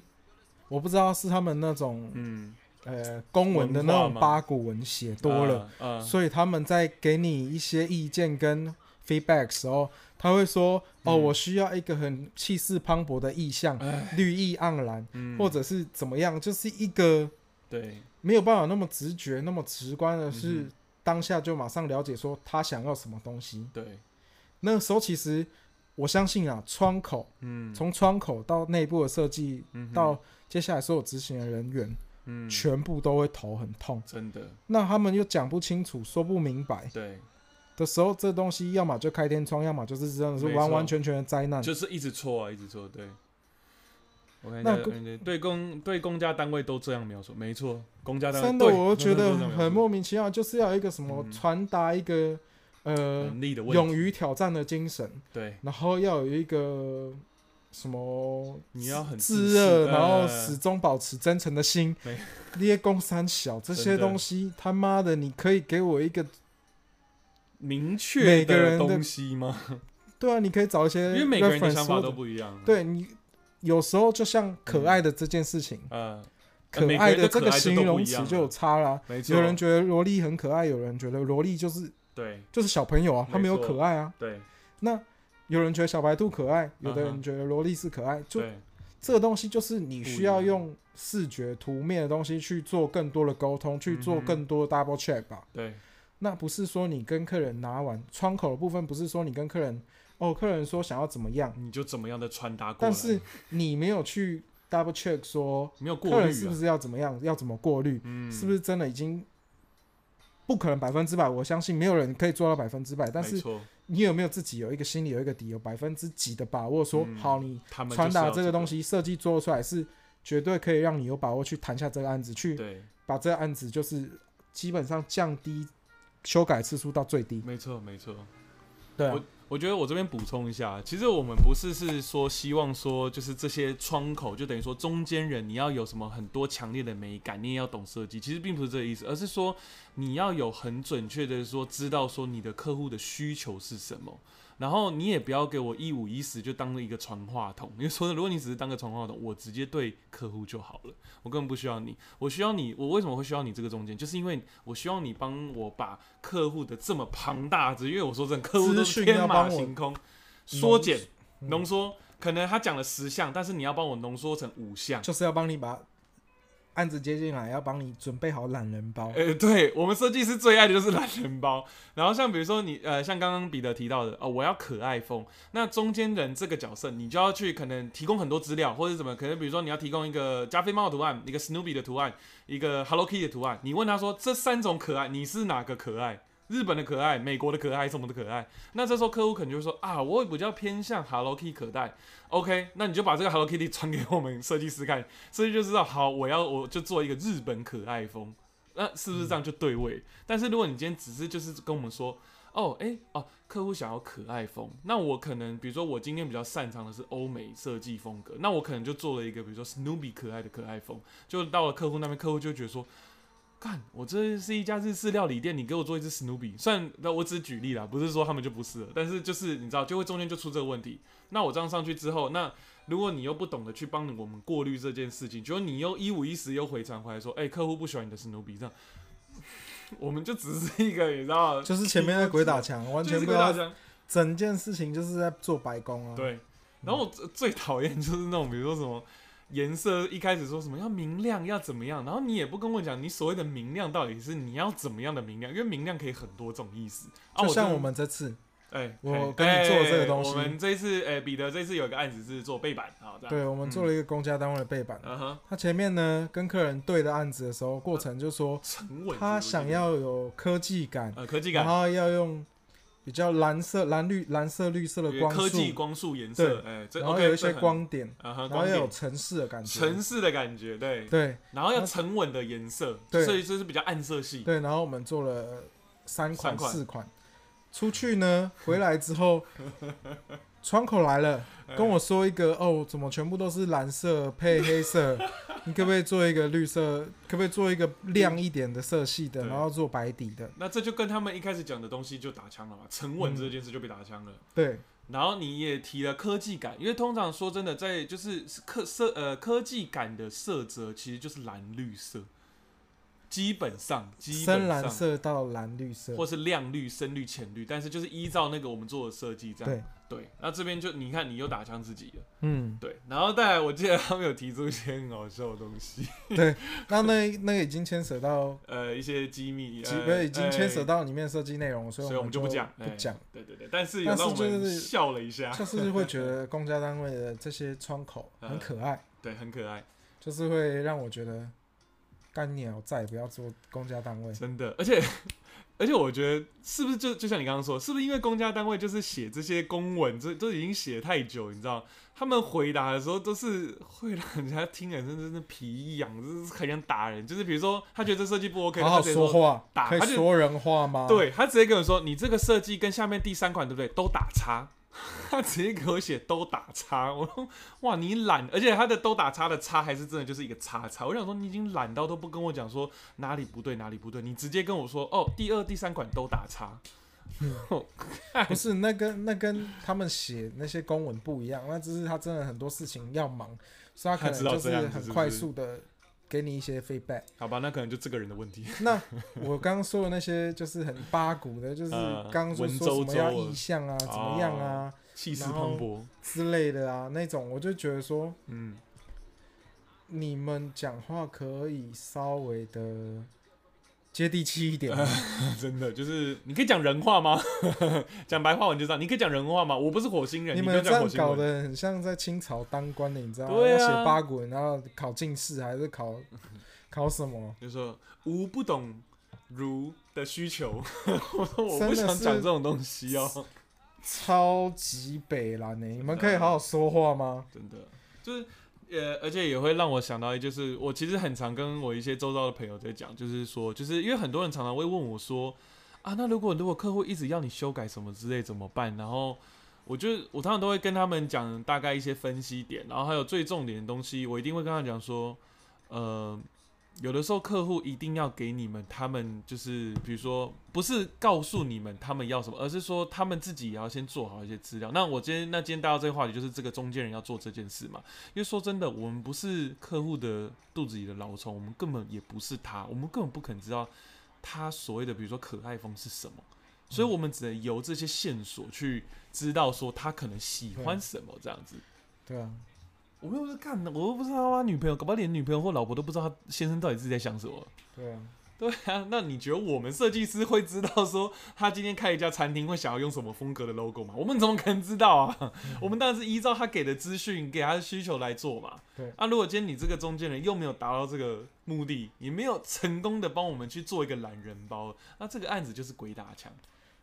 我不知道是他们那种
嗯，
呃公文的那
文
种
化吗
八股文写多了，
啊，啊
所以他们在给你一些意见跟 feedback 时候，他会说：“哦，
嗯
我需要一个很气势磅礴的意象，
哎
绿意盎然，
嗯，
或者是怎么样，就是一个
对，
没有办法那么直觉、那么直观的是，
嗯哼
当下就马上了解说他想要什么东西。
对，
那时候其实我相信啊，窗口
嗯，
从窗口到内部的设计，
嗯哼
到接下来所有执行的人员，
嗯，
全部都会头很痛。
真的，
那他们又讲不清楚、说不明白。”
对，
的时候，这东西要么就开天窗，要么就是真的是
没错
完完全全的灾难。
就是一直错啊，一直错，对。我看一下
那
对
公
对对公对公家单位都这样描述，没错，公家单位
真的，
呃对
我就觉
真的
得
都这样描
很
述
莫名其妙，就是要有一个什么
嗯
传达一个呃
能力的问题，
勇于挑战的精神，
对，
然后要有一个什么
你要很
炙
私
热，然后
呃
始终保持真诚的心
没。
列公三小这些
真的
东西，他妈的，你可以给我一个
明
每
确
个人的
的东西吗？
对啊，你可以找一些 reference
因为每个人的想法
或
都
者
不一样。，
对你。有时候就像可爱的这件事情，
呃，
可
每个
爱
人
的
的
这
可
个
爱就
形
都不
容
一
词
样
就
了
有差啦。
没错，
有人觉得萝莉很可爱，有人觉得萝莉就是
对
就是小朋友啊，他没有
没错
可爱啊。
对
那有人觉得小白兔可爱，有的
嗯
人
哼
觉得萝莉是可爱，就
对
这个东西就是你
不
需
一
要
样
用视觉图面的东西去做更多的沟通，去做
嗯哼
更多的 double check 吧。
对，
那不是说你跟客人拿完窗口的部分，不是说你跟客人哦，客人说想要怎么样，
你就怎么样的传达过来，
但是你没有去 double check 说
没有
客
过
人
滤
是
啊
不，是要怎么样，要怎么过滤。
嗯，
是不是真的已经不可能百分之百？我相信没有人可以做到百分之百，但
没
是
错
你有没有自己有一个心里有一个底，有百分之几的把握说，
嗯
好，你
他们
传
就是
达
要
这
这
个东，西设计做出来是绝对可以让你有把握去谈下这个案子，去
对，
把这个案子就是基本上降低修改次数到最低。
没错没错。
对啊、
我觉得我这边补充一下，其实我们不是是说希望说就是这些窗口，就等于说中间人你要有什么很多强烈的美感，你也要懂设计，其实并不是这个意思，而是说你要有很准确的说知道说你的客户的需求是什么。然后你也不要给我一五一十就当了一个传话筒， 因为说如果你只是当个传话筒，我直接对客户就好了，我根本不需要你，我需要你，我为什么会需要你这个中间，就是因为我希望你帮我把客户的这么庞大的资，因为我说真的，客户都
资
是
讯
天
要
马
帮我
行空，缩减、
嗯
浓缩，可能他讲了十项，但是你要帮我浓缩成五项。
就是要帮你把案子接进来，要帮你准备好懒人包。
呃，对我们设计师最爱的就是懒人包。然后像比如说你呃，像刚刚彼得提到的，哦，我要可爱风。那中间人这个角色，你就要去可能提供很多资料或者怎么，可能比如说你要提供一个加菲猫的图案，一个 Snoopy 的图案，一个 Hello Kitty 的图案。你问他说这三种可爱，你是哪个可爱？日本的可爱、美国的可爱、什么的可爱？那这时候客户可能就会说啊，我比较偏向 Hello Kitty 可爱。OK，那你就把这个 Hello Kitty 传给我们设计师看，设计就知道好，我要我就做一个日本可爱风。那是不是这样就对味？但是如果你今天只是就是跟我们说，哦，诶，哦，客户想要可爱风，那我可能比如说我今天比较擅长的是欧美设计风格，那我可能就做了一个比如说 Snoopy 可爱的可爱风，就到了客户那边，客户就会觉得说。干，我这是一家日式料理店，你给我做一只 Snoopy，虽然那我只举例啦，不是说他们就不是了，但是就是你知道，就会中间就出这个问题。那我这样上去之后，那如果你又不懂得去帮我们过滤这件事情，结果你又一五一十又回传回来说，哎、客户不喜欢你的史努比，这样， 我们就只是一个你知道，
就是前面在鬼打墙，完
就
全
是
不啊
个
知
大
道
家
整件事情就是在做白工啊。
对。然后我最最讨厌就是那种，比如说什么颜色，一开始说什么要明亮，要怎么样，然后你也不跟我讲你所谓的明亮到底是你要怎么样的明亮，因为明亮可以很多种意思。啊、
就像
真的
我们这次，
哎，
我
哎
跟你做这个
哎
东西
我们这一次哎，彼得这次有一个案子是做背板，好，这样，
对我们做了一个公家单位的背板。
啊嗯哼，
他前面呢跟客人对的案子的时候，过程就说
沉稳，
他想要有科技感，
嗯呃科技
然
感，
后要用比较蓝色、蓝绿、蓝色、绿色的光
科技
束，
光束颜色，哎，这
然后
OK，
有一
这
些
很，
光点，
啊哈，
然后
光
又有
点，
城市的感觉
城。市的感觉，对，
对
然后要沉稳的颜色，
对
所以这是比较暗色系，
对，然后我们做了三款、
三款
四款。出去 呢，回来之后，窗口来了，
哎
跟我说一个哦，怎么全部都是蓝色配黑 色？你可不可以做一个绿色？可不可以做一个亮一点的色系的，
对
然后做白底的？
那这就跟他们一开始讲的东西就打枪了嘛，沉稳这件事就被打枪了。
对
然后你也提了科技感，因为通常说真的，在就是科色呃科技感的色泽其实就是蓝绿色，基本上基本
深
上
蓝色到蓝绿色，
或是亮绿、深绿、浅绿，但是就是依照那个我们做的设计这样。
对，
对，那这边就你看你又打枪自己了，
嗯，
对，然后再来我记得他们有提出一些很好笑的东西，
那那那个已经牵扯到，
呃，一些机密，
其
呃
不是已经牵扯，
哎
到里面设计内容，所以
所以我们就不讲，
不
哎
讲，
对对对，但是有
但是
让我
就
们
是
笑了一下，
就是会觉得公家单位的这些窗口很可爱，
对，很可爱。
就是会让我觉得干鸟再也不要做公家单位，
真的，而且 而且我觉得是不是就就像你刚刚说，是不是因为公家单位就是写这些公文，这都已经写太久，你知道，他们回答的时候都是会让人家听人真的真的皮痒，真是很想打人。就是比如说他觉得这设计不 OK，
好
他
好
直接
说话
打，
可以
他就
说人话吗？，
对他直接跟我说，你这个设计跟下面第三款对不对，都打叉。 他直接给我写都打叉，我说哇你懒，而且他的都打叉的叉还是真的就是一个叉叉。我想说你已经懒到都不跟我讲说哪里不对哪里不对，你直接跟我说哦第二第三款都打叉，
不是那跟那跟他们写那些公文不一样，那只是他真的很多事情要忙，所以他可
他知
能
道
就
这样子是
很
不
快
是
速的给你一些 feedback。
好吧那可能就这个人的问题。
那我刚刚说的那些就是很八股的，就是
呃
刚刚说
文
说什
绉哦
么要
绉
意向啊、怎么样啊
气势
然
磅
后
礴，
之类的啊那种，我就觉得说
嗯，
你们讲话可以稍微的接地气一点吗，
呃真的就是你可以讲人话吗？ 讲白话我就知道，你可以讲人话吗？我不是火星人，
你
你
们
不要
这
讲
样
火星
搞
人。
得很像在清朝当官的，你知道吗？
对啊
要写八股文，然后考进士还是考 考什么？
就说吾不懂儒的需求， 我说我
真的
不想
是
讲这种东西哦，
超级北蓝
啊
呢、你们可以好好说话吗？
真的就是。呃，而且也会让我想到一，就是我其实很常跟我一些周遭的朋友在讲，就是说，就是因为很多人常常会问我说，啊，那如果如果客户一直要你修改什么之类怎么办？然后我就我常常都会跟他们讲大概一些分析点，然后还有最重点的东西，我一定会跟他讲说，呃，有的时候客户一定要给你们他们就是比如说不是告诉你们他们要什么，而是说他们自己也要先做好一些资料。那我今天那今天带到这个话题就是这个中间人要做这件事嘛，因为说真的，我们不是客户的肚子里的老虫，我们根本也不是他，我们根本不可能知道他所谓的比如说可爱风是什么。所以我们只能由这些线索去知道说他可能喜欢什么这样子。
对啊，
我又不是干的，我又不知道他女朋友，搞不好连女朋友或老婆都不知道他先生到底自己在想什么。
对啊，
对啊，那你觉得我们设计师会知道说他今天开一家餐厅会想要用什么风格的 logo 吗？我们怎么可能知道啊？我们当然是依照他给的资讯、给他的需求来做嘛。
对
啊，如果今天你这个中间人又没有达到这个目的，你没有成功的帮我们去做一个懒人包，那这个案子就是鬼打墙，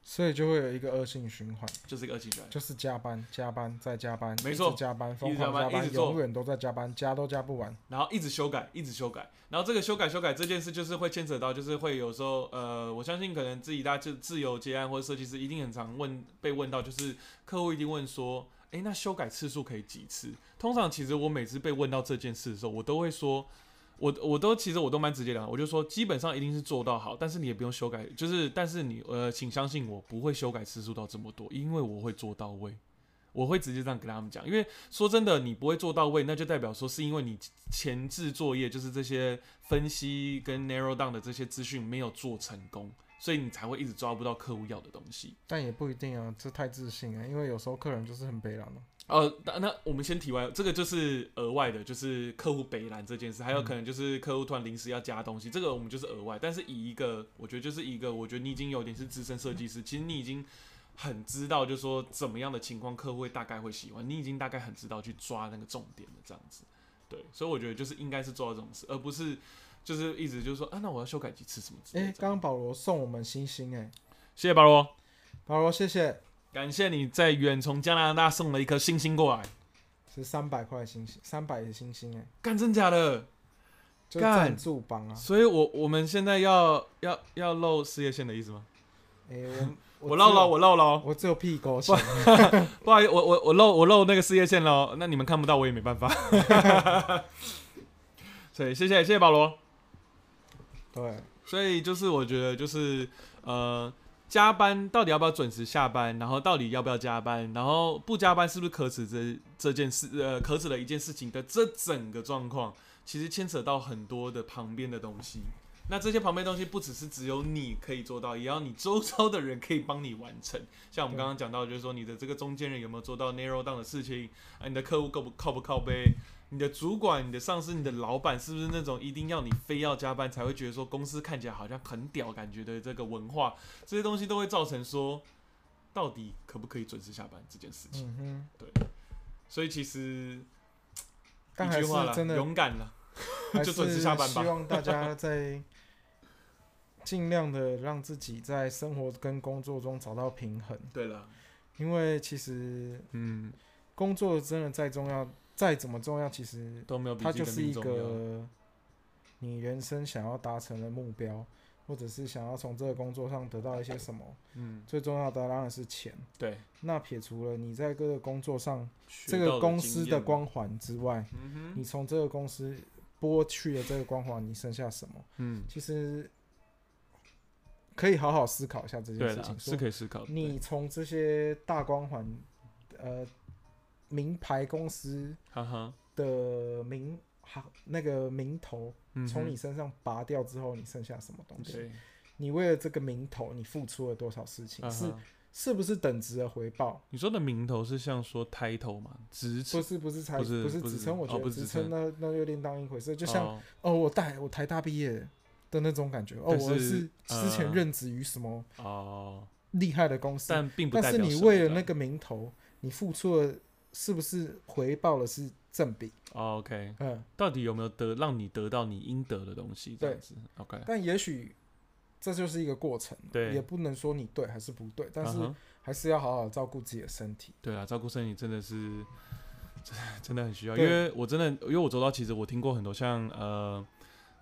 所以就会有一个恶性循环，
就是个恶性循环。
就是加班、加班再加班，
没错
一直加班，
一
疯
直加
狂
班
加
一
班，
直做
永远都在加班，加都加不完。
然后一直修改，一直修改，然后这个修改修改这件事就是会牵扯到，就是会有时候，呃，我相信可能自己大家自自由接案或者设计师一定很常问被问到，就是客户一定问说，诶，那修改次数可以几次？通常其实我每次被问到这件事的时候，我都会说，我我都其实我都蛮直接的，我就说基本上一定是做到好，但是你也不用修改，就是但是你呃，请相信我不会修改次数到这么多，因为我会做到位。我会直接这样跟他们讲，因为说真的，你不会做到位，那就代表说是因为你前置作业，就是这些分析跟 narrow down 的这些资讯没有做成功，所以你才会一直抓不到客户要的东西。
但也不一定啊，这太自信了，因为有时候客人就是很北蓝哦。
呃，那那我们先题外，这个就是额外的，就是客户北蓝这件事，还有可能就是客户突然临时要加东西，这个我们就是额外。但是以一个，我觉得就是一个，我觉得你已经有点是资深设计师，其实你已经很知道，就是说怎么样的情况客户会大概会喜欢，你已经大概很知道去抓那个重点了，这样子。对，所以我觉得就是应该是做到这种事，而不是就是一直就是说啊，那我要修改几次什么之
哎、
类的。
刚刚保罗送我们星星、哎，
谢谢保罗，
他说谢谢，
感谢你在远从加拿大送了一颗星星过来，
是三百块星星，三百的星星哎、
干真假的？
就
干
赞助榜啊，
所以我我们现在要要要露事业线的意思吗？
哎、我
我露
只有
了，我露了哦，
我只有屁股钱，
不好意思，我我我露我露那个事业线喽，那你们看不到我也没办法。 所以谢谢谢谢保罗。
对，
所以就是我觉得就是呃，加班到底要不要准时下班，然后到底要不要加班，然后不加班是不是可耻这这件事呃可耻的一件事情的这整个状况，其实牵扯到很多的旁边的东西。那这些旁边的东西不只是只有你可以做到，也要你周遭的人可以帮你完成。像我们
对
刚刚讲到，就是说你的这个中间人有没有做到 narrow down 的事情啊？你的客户够不靠不靠背？你的主管、你的上司、你的老板是不是那种一定要你非要加班才会觉得说公司看起来好像很屌感觉的这个文化，这些东西都会造成说到底可不可以准时下班这件事情。
嗯哼，
所以其实
但
一
还
句
是
话啦，
真的
勇敢了。
还
就是准时下班吧
希望大家在尽量的让自己在生活跟工作中找到平衡，
对了，
因为其实
嗯，
工作真的再重要，再怎么重要，其实
都没有比
它
自
就
己的
是
命
一
重要。
个你人生想要达成的目标，或者是想要从这个工作上得到一些什么。
嗯，
最重要的当然是钱。
对，
那撇除了你在各个工作上这
学到
个
的
公
经
司
验
的
嘛，
光环之外，
嗯哼，
你从这个公司剥去了这个光环，你剩下什么？
嗯，
其实可以好好思考一下这件
对
事
了
情。，
是
说
可以思考的。
你从这些大光环，呃，名牌公司
对哈哈，
的名好那个名头
嗯哼
从你身上拔掉之后，你剩下什么东西？
对，
你为了这个名头，你付出了多少事情？
啊
是
哈
是不是等值的回报？
你说的名头是像说 title 嘛，职
不
称
是不是才
不是
不是
不是
职称，我
哦
觉
不
得职
是职称
称那那又另当一回事。就像
哦
哦，我大我台大毕业的那种感觉，哦，
但
我
是
是之前
呃
任职于什么
哦，
厉害的公司，
但并不
但
代
是
表
你
什么
为
这
了那
样
个名头，你付出了是不是回报的是正比？
哦 OK，
嗯，
到底有没有得让你得到你应得的东西？这
对
样子，OK，
但也许这就是一个过程，
对
也不能说你对还是不对，但
嗯
是
哼
还是要好好照顾自己的身体。
对啊，照顾身体真的是真的真的很需要，因
对
为我真的因为我周遭其实我听过很多像呃。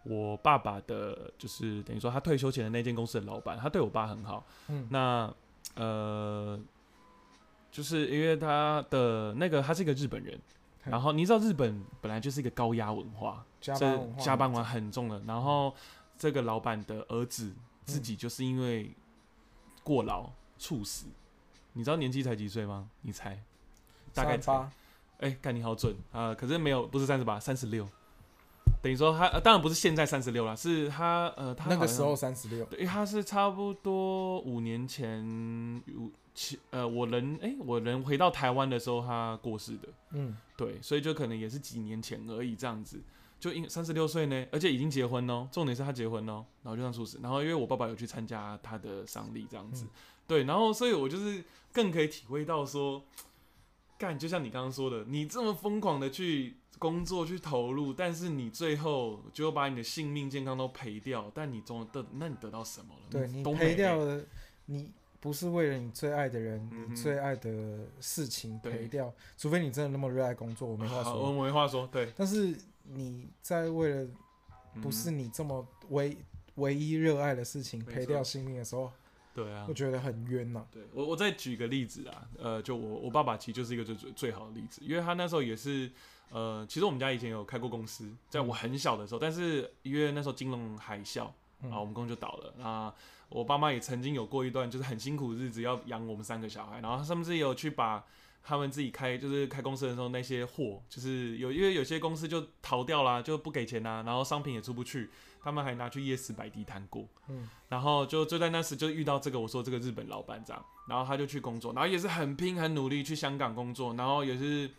我爸爸的，就是等于说他退休前的那间公司的老板，他对我爸很好，
嗯，
那呃，就是因为他的那个他是一个日本人，
嘿
然后你知道日本本来就是一个高压文化，
加
这
班文化，
加班完很重的，然后这个老板的儿
嗯
子自己就是因为过劳猝死，你知道年纪才几岁吗？你猜？大概才
八，
哎、看你好准啊、呃可是没有，不是三十八，三十六。等于说他、呃当然不是现在三十六啦，是他呃他
那
好
个
像
时候三十六，
对，他是差不多五年前五七呃，我人哎、我人回到台湾的时候，他过世的，
嗯，
对，所以就可能也是几年前而已这样子。就因三十六岁呢，而且已经结婚喽，重点是他结婚喽，然后就这样猝死。然后因为我爸爸有去参加他的丧礼这样子，
嗯
对，然后所以我就是更可以体会到说，干就像你刚刚说的，你这么疯狂的去工作去投入，但是你最后就把你的性命健康都赔掉，但你总得那你得到什么了？
对你
都
赔
没
掉了，你不是为了你最爱的人、
嗯哼
你最爱的事情
对
赔掉，除非你真的那么热爱工作，我没话
好
说。
我没话说，对，
但是你在为了不是
嗯、
你这么唯唯一热爱的事情
没
赔
错
掉性命的时候，
对啊
我，觉得很冤呐、
对我，我再举个例子啊，呃，就我我爸爸其实就是一个最最最好的例子，因为他那时候也是，呃，其实我们家以前有开过公司，在我很小的时候，但是因为那时候金融海啸，
嗯
啊，我们公司就倒了。那我爸妈也曾经有过一段就是很辛苦的日子，要养我们三个小孩，然后他甚至也有去把他们自己开就是开公司的时候那些货，就是有因为有些公司就逃掉啦，就不给钱啦，然后商品也出不去，他们还拿去夜市摆地摊过。
嗯，
然后就就在那时就遇到这个我说这个日本老板这样，然后他就去工作，然后也是很拼很努力去香港工作，然后也是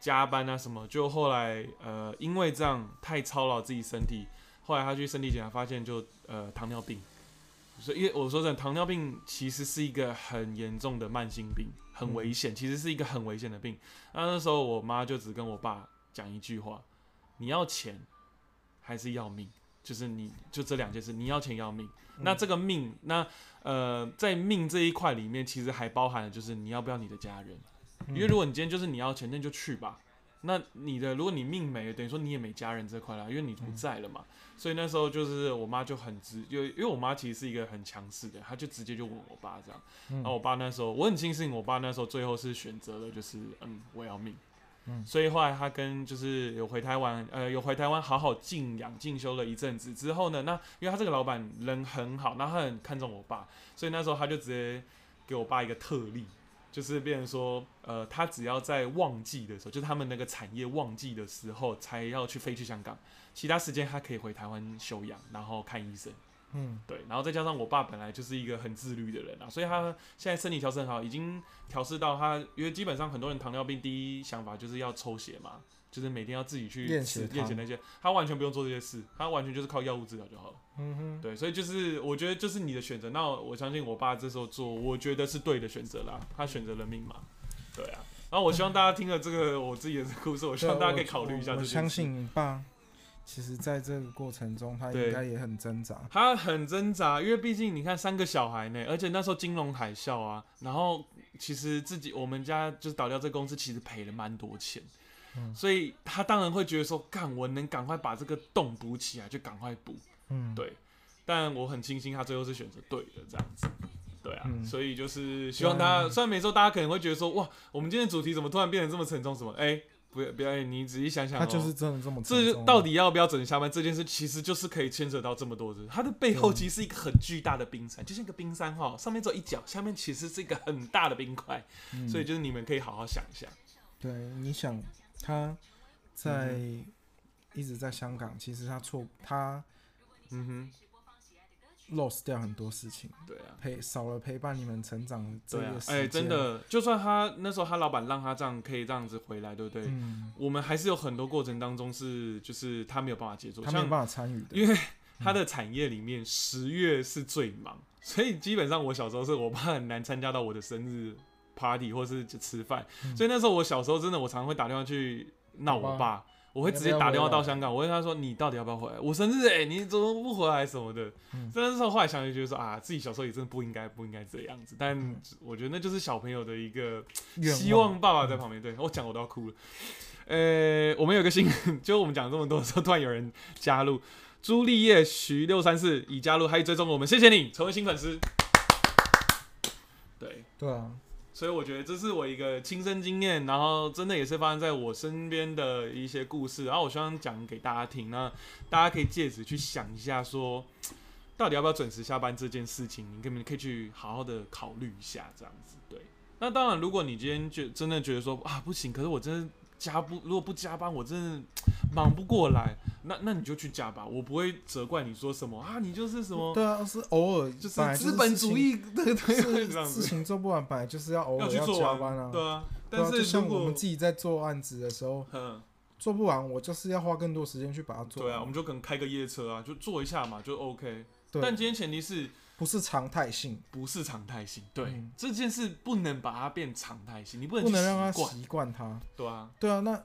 加班啊什么，就后来呃因为这样太操劳自己身体，后来他去身体检查发现就呃糖尿病，所以因为我说真的糖尿病其实是一个很严重的慢性病，很危险，其实是一个很危险的病。那那时候我妈就只跟我爸讲一句话：你要钱还是要命？就是你就这两件事，你要钱要命。
嗯
那这个命，那呃，在命这一块里面，其实还包含了就是你要不要你的家人，
嗯
因为如果你今天就是你要钱，那你就去吧。那你的如果你命没了，等于说你也没家人这块啦，因为你不在了嘛。
嗯
所以那时候就是我妈就很直，就因为我妈其实是一个很强势的，她就直接就问我爸这样。
嗯
然后我爸那时候我很庆幸，我爸那时候最后是选择了就是嗯我要命。
嗯
所以后来他跟就是有回台湾，呃，有回台湾好好静养进修了一阵子之后呢，那因为他这个老板人很好，那他很看重我爸，所以那时候他就直接给我爸一个特例，就是变成说，呃，他只要在旺季的时候，就是他们那个产业旺季的时候才要去飞去香港，其他时间他可以回台湾休养，然后看医生。
嗯
对，然后再加上我爸本来就是一个很自律的人啊，所以他现在身体调整很好，已经调试到他，因为基本上很多人糖尿病第一想法就是要抽血嘛，就是每天要自己去
验
吃
血糖
验血那些，他完全不用做这些事，他完全就是靠药物治疗就好了。
嗯哼，
对，所以就是我觉得就是你的选择，那我相信我爸这时候做，我觉得是对的选择啦，他选择了命嘛，对啊。然后我希望大家听了这个我自己的故事，我希望
对
大家
我
可以考虑一下
我我
这件事。
相信你爸，其实在这个过程中，他
对
应该也很挣扎。
他很挣扎，因为毕竟你看三个小孩呢，而且那时候金融海啸啊，然后其实自己我们家就是倒掉这公司，其实赔了蛮多钱，
嗯
所以他当然会觉得说，干我能赶快把这个洞补起来就赶快补，
嗯，
对但我很庆幸他最后是选择对的这样子。对啊，
嗯
所以就是希望大家，
嗯
虽然每周大家可能会觉得说，哇，我们今天的主题怎么突然变得这么沉重？什么？哎、不要不要，哎你仔细想想、哦，
他就是真的这么
这
沉
就
重
到底要不要准时下班这件事，其实就是可以牵扯到这么多的。它的背后其实是一个很巨大的冰山，就像一个冰山哈，上面只有一角，下面其实是一个很大的冰块，
嗯
所以就是你们可以好好想一下。
对，你想他在、一直在香港，其实他错他
嗯
lost 掉很多事情，
哼，对啊，
陪少了陪伴你们成长的这
对啊
个，时
哎、
间、
真，的，就算他那时候他老板让他这样可以这样子回来，对不对？
嗯，
我们还是有很多过程当中是就是他没有办法接触，
他没有
像
办法参与的，
因为他的产业里面十月是最忙，所以基本上我小时候是我爸很难参加到我的生日 party 或是吃饭，
嗯
所以那时候我小时候真的我常会打电话去闹我
爸
爸，我会直接打电话到香港，我问他说你到底要不要回来？我生日哎、你怎么不回来什么的？
嗯
真的是后来想就觉得说啊，自己小时候也真的不应该不应该这样子，但
嗯
我觉得那就是小朋友的一个
愿
希望爸爸在旁边。对我讲我都要哭了。呃、我们有个新， 就我们讲这么多的时候，突然有人加入，朱丽叶徐六三四已加入，还有追踪我们，谢谢你成为新粉丝。对，
对啊，
所以我觉得这是我一个亲身经验，然后真的也是发生在我身边的一些故事，然后我希望讲给大家听，那大家可以借此去想一下说。到底要不要准时下班这件事情，你根本可以去好好的考虑一下，这样子对。那当然，如果你今天觉真的觉得说啊不行，可是我真的加不，如果不加班，我真的忙不过来，那那你就去加吧，我不会责怪你说什么啊，你就是什么，
对啊，是偶尔
就是
本来
资本主义 的对
是
这样
事
子，
情做不完，本来就是要偶
要
尔
去做
加
完
班啊。
对啊。
对啊
但是
就像
如
我
果
们自己在做案子的时候，
嗯，
做不完，我就是要花更多时间去把它做
对
完。
啊，我们就可能开个夜车啊，就坐一下嘛，就 OK。
对
但今天前提是
不是常态性，
不是常态性，对、
嗯
这件事不能把它变常态性，你不能
不
去
能让他
习惯，
习惯它。
对啊，
对啊，那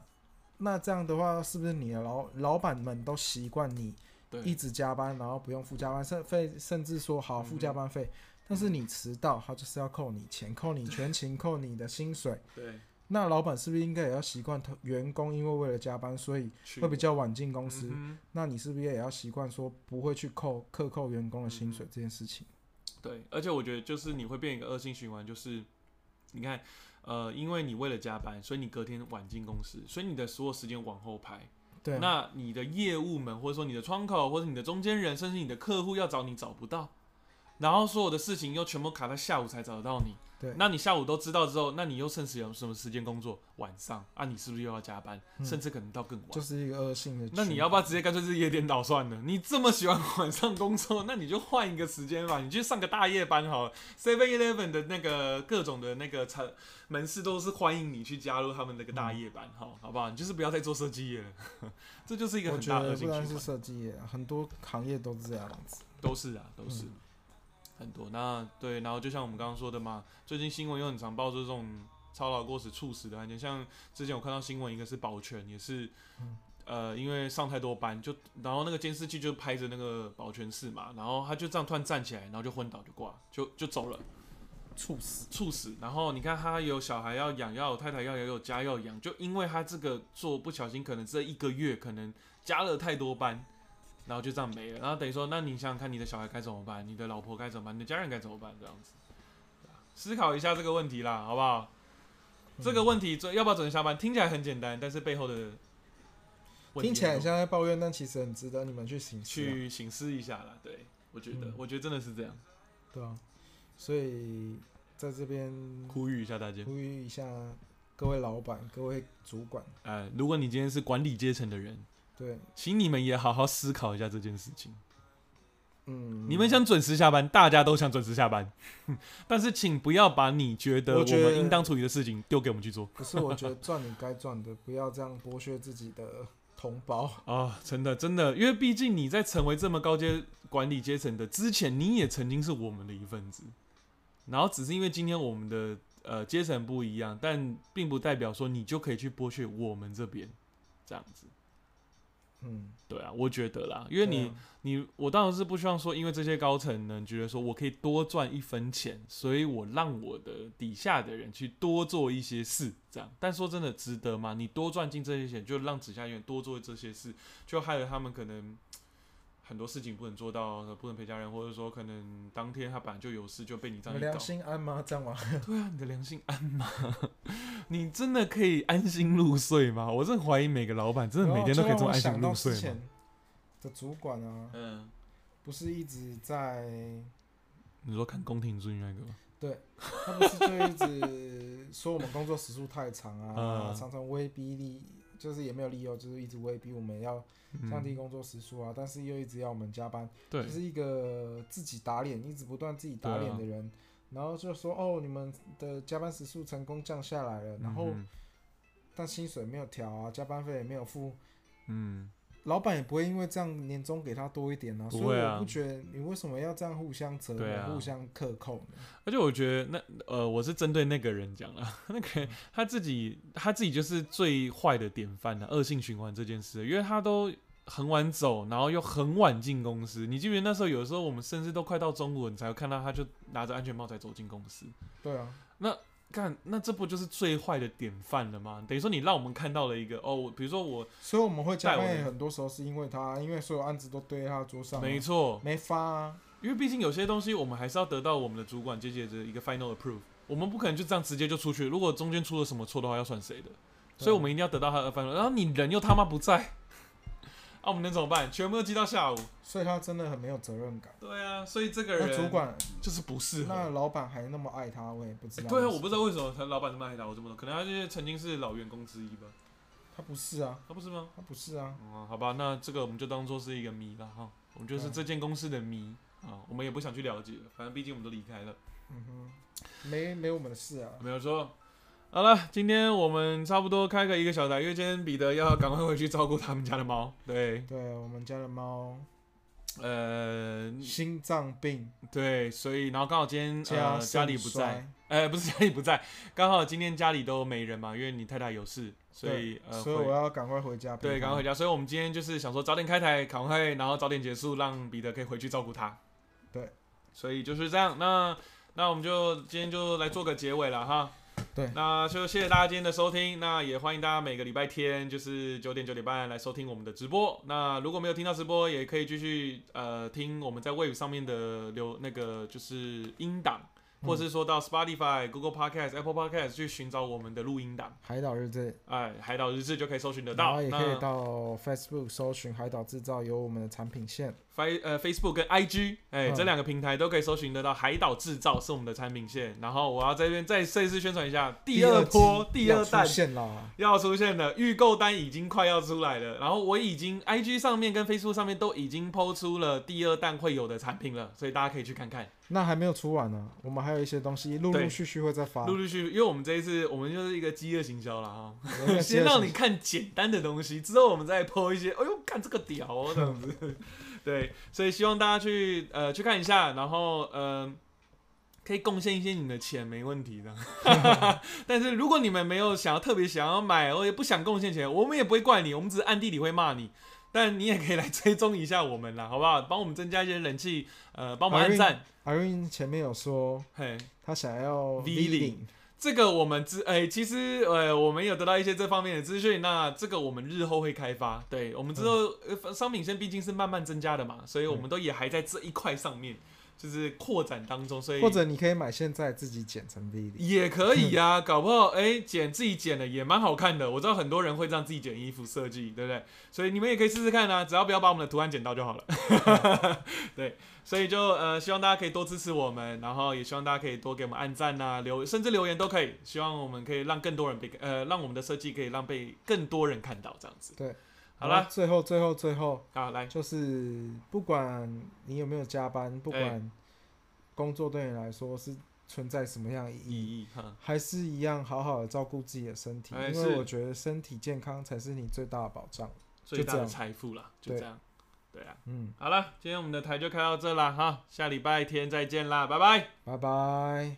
那这样的话，是不是你的老老板们都习惯你一
对，
直加班，然后不用付加班甚费，甚至说好
嗯
付加班费，但是你迟到，他就是要扣你钱，扣你全勤，扣你的薪水。
对，
那老板是不是应该也要习惯同员工，因为为了加班，所以
去
会比较晚进公司？
嗯
那你是不是也要习惯说不会去扣克扣员工的薪
嗯
水这件事情？
哼对，而且我觉得就是你会变一个恶性循环，就是你看，呃，因为你为了加班，所以你隔天晚进公司，所以你的所有时间往后排，
对啊，
那你的业务们，或者说你的窗口，或者你的中间人，甚至你的客户要找你找不到，然后所有的事情又全部卡在下午才找得到你。
对
那你下午都知道之后，那你又剩时有什么时间工作？晚上啊，你是不是又要加班，
嗯
甚至可能到更晚？
就是一个恶性的循环。
那你要不要直接干脆日夜颠倒算了？你这么喜欢晚上工作，那你就换一个时间吧，你去上个大夜班好了。Seven Eleven 的那个各种的那个产门市都是欢迎你去加入他们那个大夜班，好、好不好？你就是不要再做设计业了， 这就是一个
我
很
觉
大的
得
恶
不
性
单
循
是
环，
设计业，很多行业都是这样子。
都是啊，都是、
嗯
很多。那对，然后就像我们刚刚说的嘛，最近新闻又很常爆出这种操劳过时猝死的案件，像之前我看到新闻，一个是保全也是
嗯。
呃，因为上太多班，就然后那个监视器就拍着那个保全室嘛，然后他就这样突然站起来，然后就昏倒就挂，就就走了，
猝死。
猝死。然后你看他有小孩要养，要有太太要养，有家要养，就因为他这个做不小心，可能这一个月可能加了太多班，然后就这样没了。然后等于说，那你想想看，你的小孩该怎么办？你的老婆该怎么办？你的家人该怎么办？这样子，对啊思考一下这个问题啦，好不好？这个问题准要不要准时下班？听起来很简单，但是背后的问题
听起来
很
很
多
像在抱怨，但其实很值得你们去醒思啊、
去醒思一下啦。对，我觉得，
嗯
我觉得真的是这样，
对啊，所以在这边
呼吁一下大家。
呼吁一下各位老板、各位主管，
呃，如果你今天是管理阶层的人，
对，
请你们也好好思考一下这件事情。
嗯，
你们想准时下班，大家都想准时下班， 但是请不要把你觉得
我
我
觉得
们应当处理的事情丢给我们去做
不是？我觉得赚你该赚的，不要这样剥削自己的同胞。
啊、真的，真的，因为毕竟你在成为这么高阶管理阶层的之前，你也曾经是我们的一份子，然后只是因为今天我们的呃阶层不一样，但并不代表说你就可以去剥削我们这边这样子。
嗯，
对啊，我觉得啦，因为
对
你、
啊
你我当然是不希望说，因为这些高层呢觉得说我可以多赚一分钱，所以我让我的底下的人去多做一些事，这样。但说真的，值得吗？你多赚进这些钱，就让底下人多做这些事，就害得他们可能很多事情不能做到，不能陪家人，或者说可能当天他本来就有事就被你这
你们
样一
良
搞。
心安吗？这样吗？
对啊，你的良心安吗？ 你真的可以安心入睡吗？我真的怀疑每个老板真的每天都可以这么安心
啊然后就让
入
我想到
睡
之
吗？
前的主管啊，
嗯，
不是一直在
你说看宫廷剧那个吗？
他不是就一直说我们工作时数太长啊，
嗯
常常威逼利，就是也没有理由，就是一直威逼我们要降低
嗯、
工作时数啊，但是又一直要我们加班，
对
就，是一个自己打脸，一直不断自己打
对啊
脸的人。然后就说哦，你们的加班时数成功降下来了，然后
嗯
但薪水没有调啊，加班费也没有付，
嗯，
老板也不会因为这样年终给他多一点啊，
不
所
会
以我
啊
不觉得你为什么要这样互相折磨、
对啊
互相克扣呢？
而且我觉得那呃，我是针对那个人讲了， 那个
嗯
人他自己他自己就是最坏的典范了、恶性循环这件事，因为他都很晚走，然后又很晚进公司。你记不记得那时候有时候我们甚至都快到中午，你才会看到他就拿着安全帽才走进公司。
对啊，
干，那这不就是最坏的典范了吗？等于说你让我们看到了一个哦，我比如说我
所以我们会加
带我
班，
的
也很多时候是因为他，因为所有案子都堆在他的桌上啊，
没错，
没发啊，
因为毕竟有些东西我们还是要得到我们的主管阶级的一个 final approve，我们不可能就这样直接就出去。如果中间出了什么错的话，要算谁的？所以我们一定要得到他的 final。然后你人又他妈不在， 啊，我们能怎么办？全部都记到下午。
所以他真的很没有责任感。
对啊，所以这个
那
人
主管，
就是不适合。
那老板还那么爱他，我也不知道为什么、
对啊，我不知道为什么他老板这么爱打我这么多，可能他就是曾经是老员工之一吧？
他不是啊，
他、不是吗？
他不是啊，
嗯，好吧，那这个我们就当做是一个谜了哈，我们就是
嗯
这间公司的谜啊，我们也不想去了解了，反正毕竟我们都离开了。
嗯哼，没没我们的事啊。
没有错。好了，今天我们差不多开个一个小时，因为今天彼得要赶快回去照顾他们家的猫。对，
对我们家的猫
呃，
心脏病
对，所以然后刚好今天
加
呃
肾
家里不在，
衰，
呃，不是家里不在，刚好今天家里都没人嘛，因为你太太有事，所以呃，
所以我
回
要赶快回家陪它。
对，赶快回家。所以我们今天就是想说早点开台，赶快，然后早点结束，让彼得可以回去照顾他。
对，
所以就是这样。那那我们就今天就来做个结尾了哈。
对
那就谢谢大家今天的收听，那也欢迎大家每个礼拜天就是九点九点半来收听我们的直播。那如果没有听到直播，也可以继续呃听我们在 Wave 上面的留那个就是音档，
嗯
或是说到 Spotify、Google Podcast、Apple Podcast 去寻找我们的录音档，
海岛日志，
哎，海岛日志就可以搜寻得
然
到。
后也可
那
以到 Facebook 搜寻海岛制造，有我们的产品线。
Fa 呃 Facebook 跟 IG，哎、
嗯
这两个平台都可以搜寻得到。海岛制造是我们的产品线，然后我要在这边再再次宣传一下，第二波
第
第二
要
弹
出现啊啦。
要出现了，预购单已经快要出来了。然后我已经 IG 上面跟 Facebook 上面都已经抛出了第二弹会有的产品了，所以大家可以去看看。
那还没有出完呢，我们还有一些东西陆陆
对
续续会再发
陆。陆续续，因为我们这一次我们就是一个饥饿行销了哈，
有一些
先让你
是
看简单的东西，之后我们再剖一些，哎呦，看这个屌哦这样 子。对，所以希望大家去呃去看一下，然后嗯、呃可以贡献一些你们的钱，没问题的。 但是如果你们没有想要特别想要买，我也不想贡献钱，我们也不会怪你，我们只是暗地里会骂你。但你也可以来追踪一下我们啦，好不好？帮我们增加一些人气，呃，帮我们按赞。
Irene 前面有说
嘿，
他想要
V
领
领，这个我们知，哎、其实呃，我们有得到一些这方面的资讯，那这个我们日后会开发。对，我们之后、呃商品线毕竟是慢慢增加的嘛，所以我们都也还在这一块上面，就是扩展当中，所以
或者你可以买现在自己剪成 V 领，
也可以呀、
嗯
搞不好哎、剪自己剪的也蛮好看的。我知道很多人会这样自己剪衣服设计，对不对？所以你们也可以试试看啊，只要不要把我们的图案剪到就好了。 对，所以就呃，希望大家可以多支持我们，然后也希望大家可以多给我们按赞呐、留甚至留言都可以。希望我们可以让更多人被呃，让我们的设计可以让被更多人看到，这样子。
对，
好啦，
最后最后最后
好来，
就是不管你有没有加班，不管工作对你来说是存在什么样的意义，
意义哈，
还是一样好好的照顾自己的身体，
哎
因为
是
我觉得身体健康才是你最大的保障。
最大
这
的
样
财富啦，就
对
这样。对啊，
嗯，
好了，今天我们的台就开到这啦哈，下礼拜天再见啦，拜拜。
拜拜。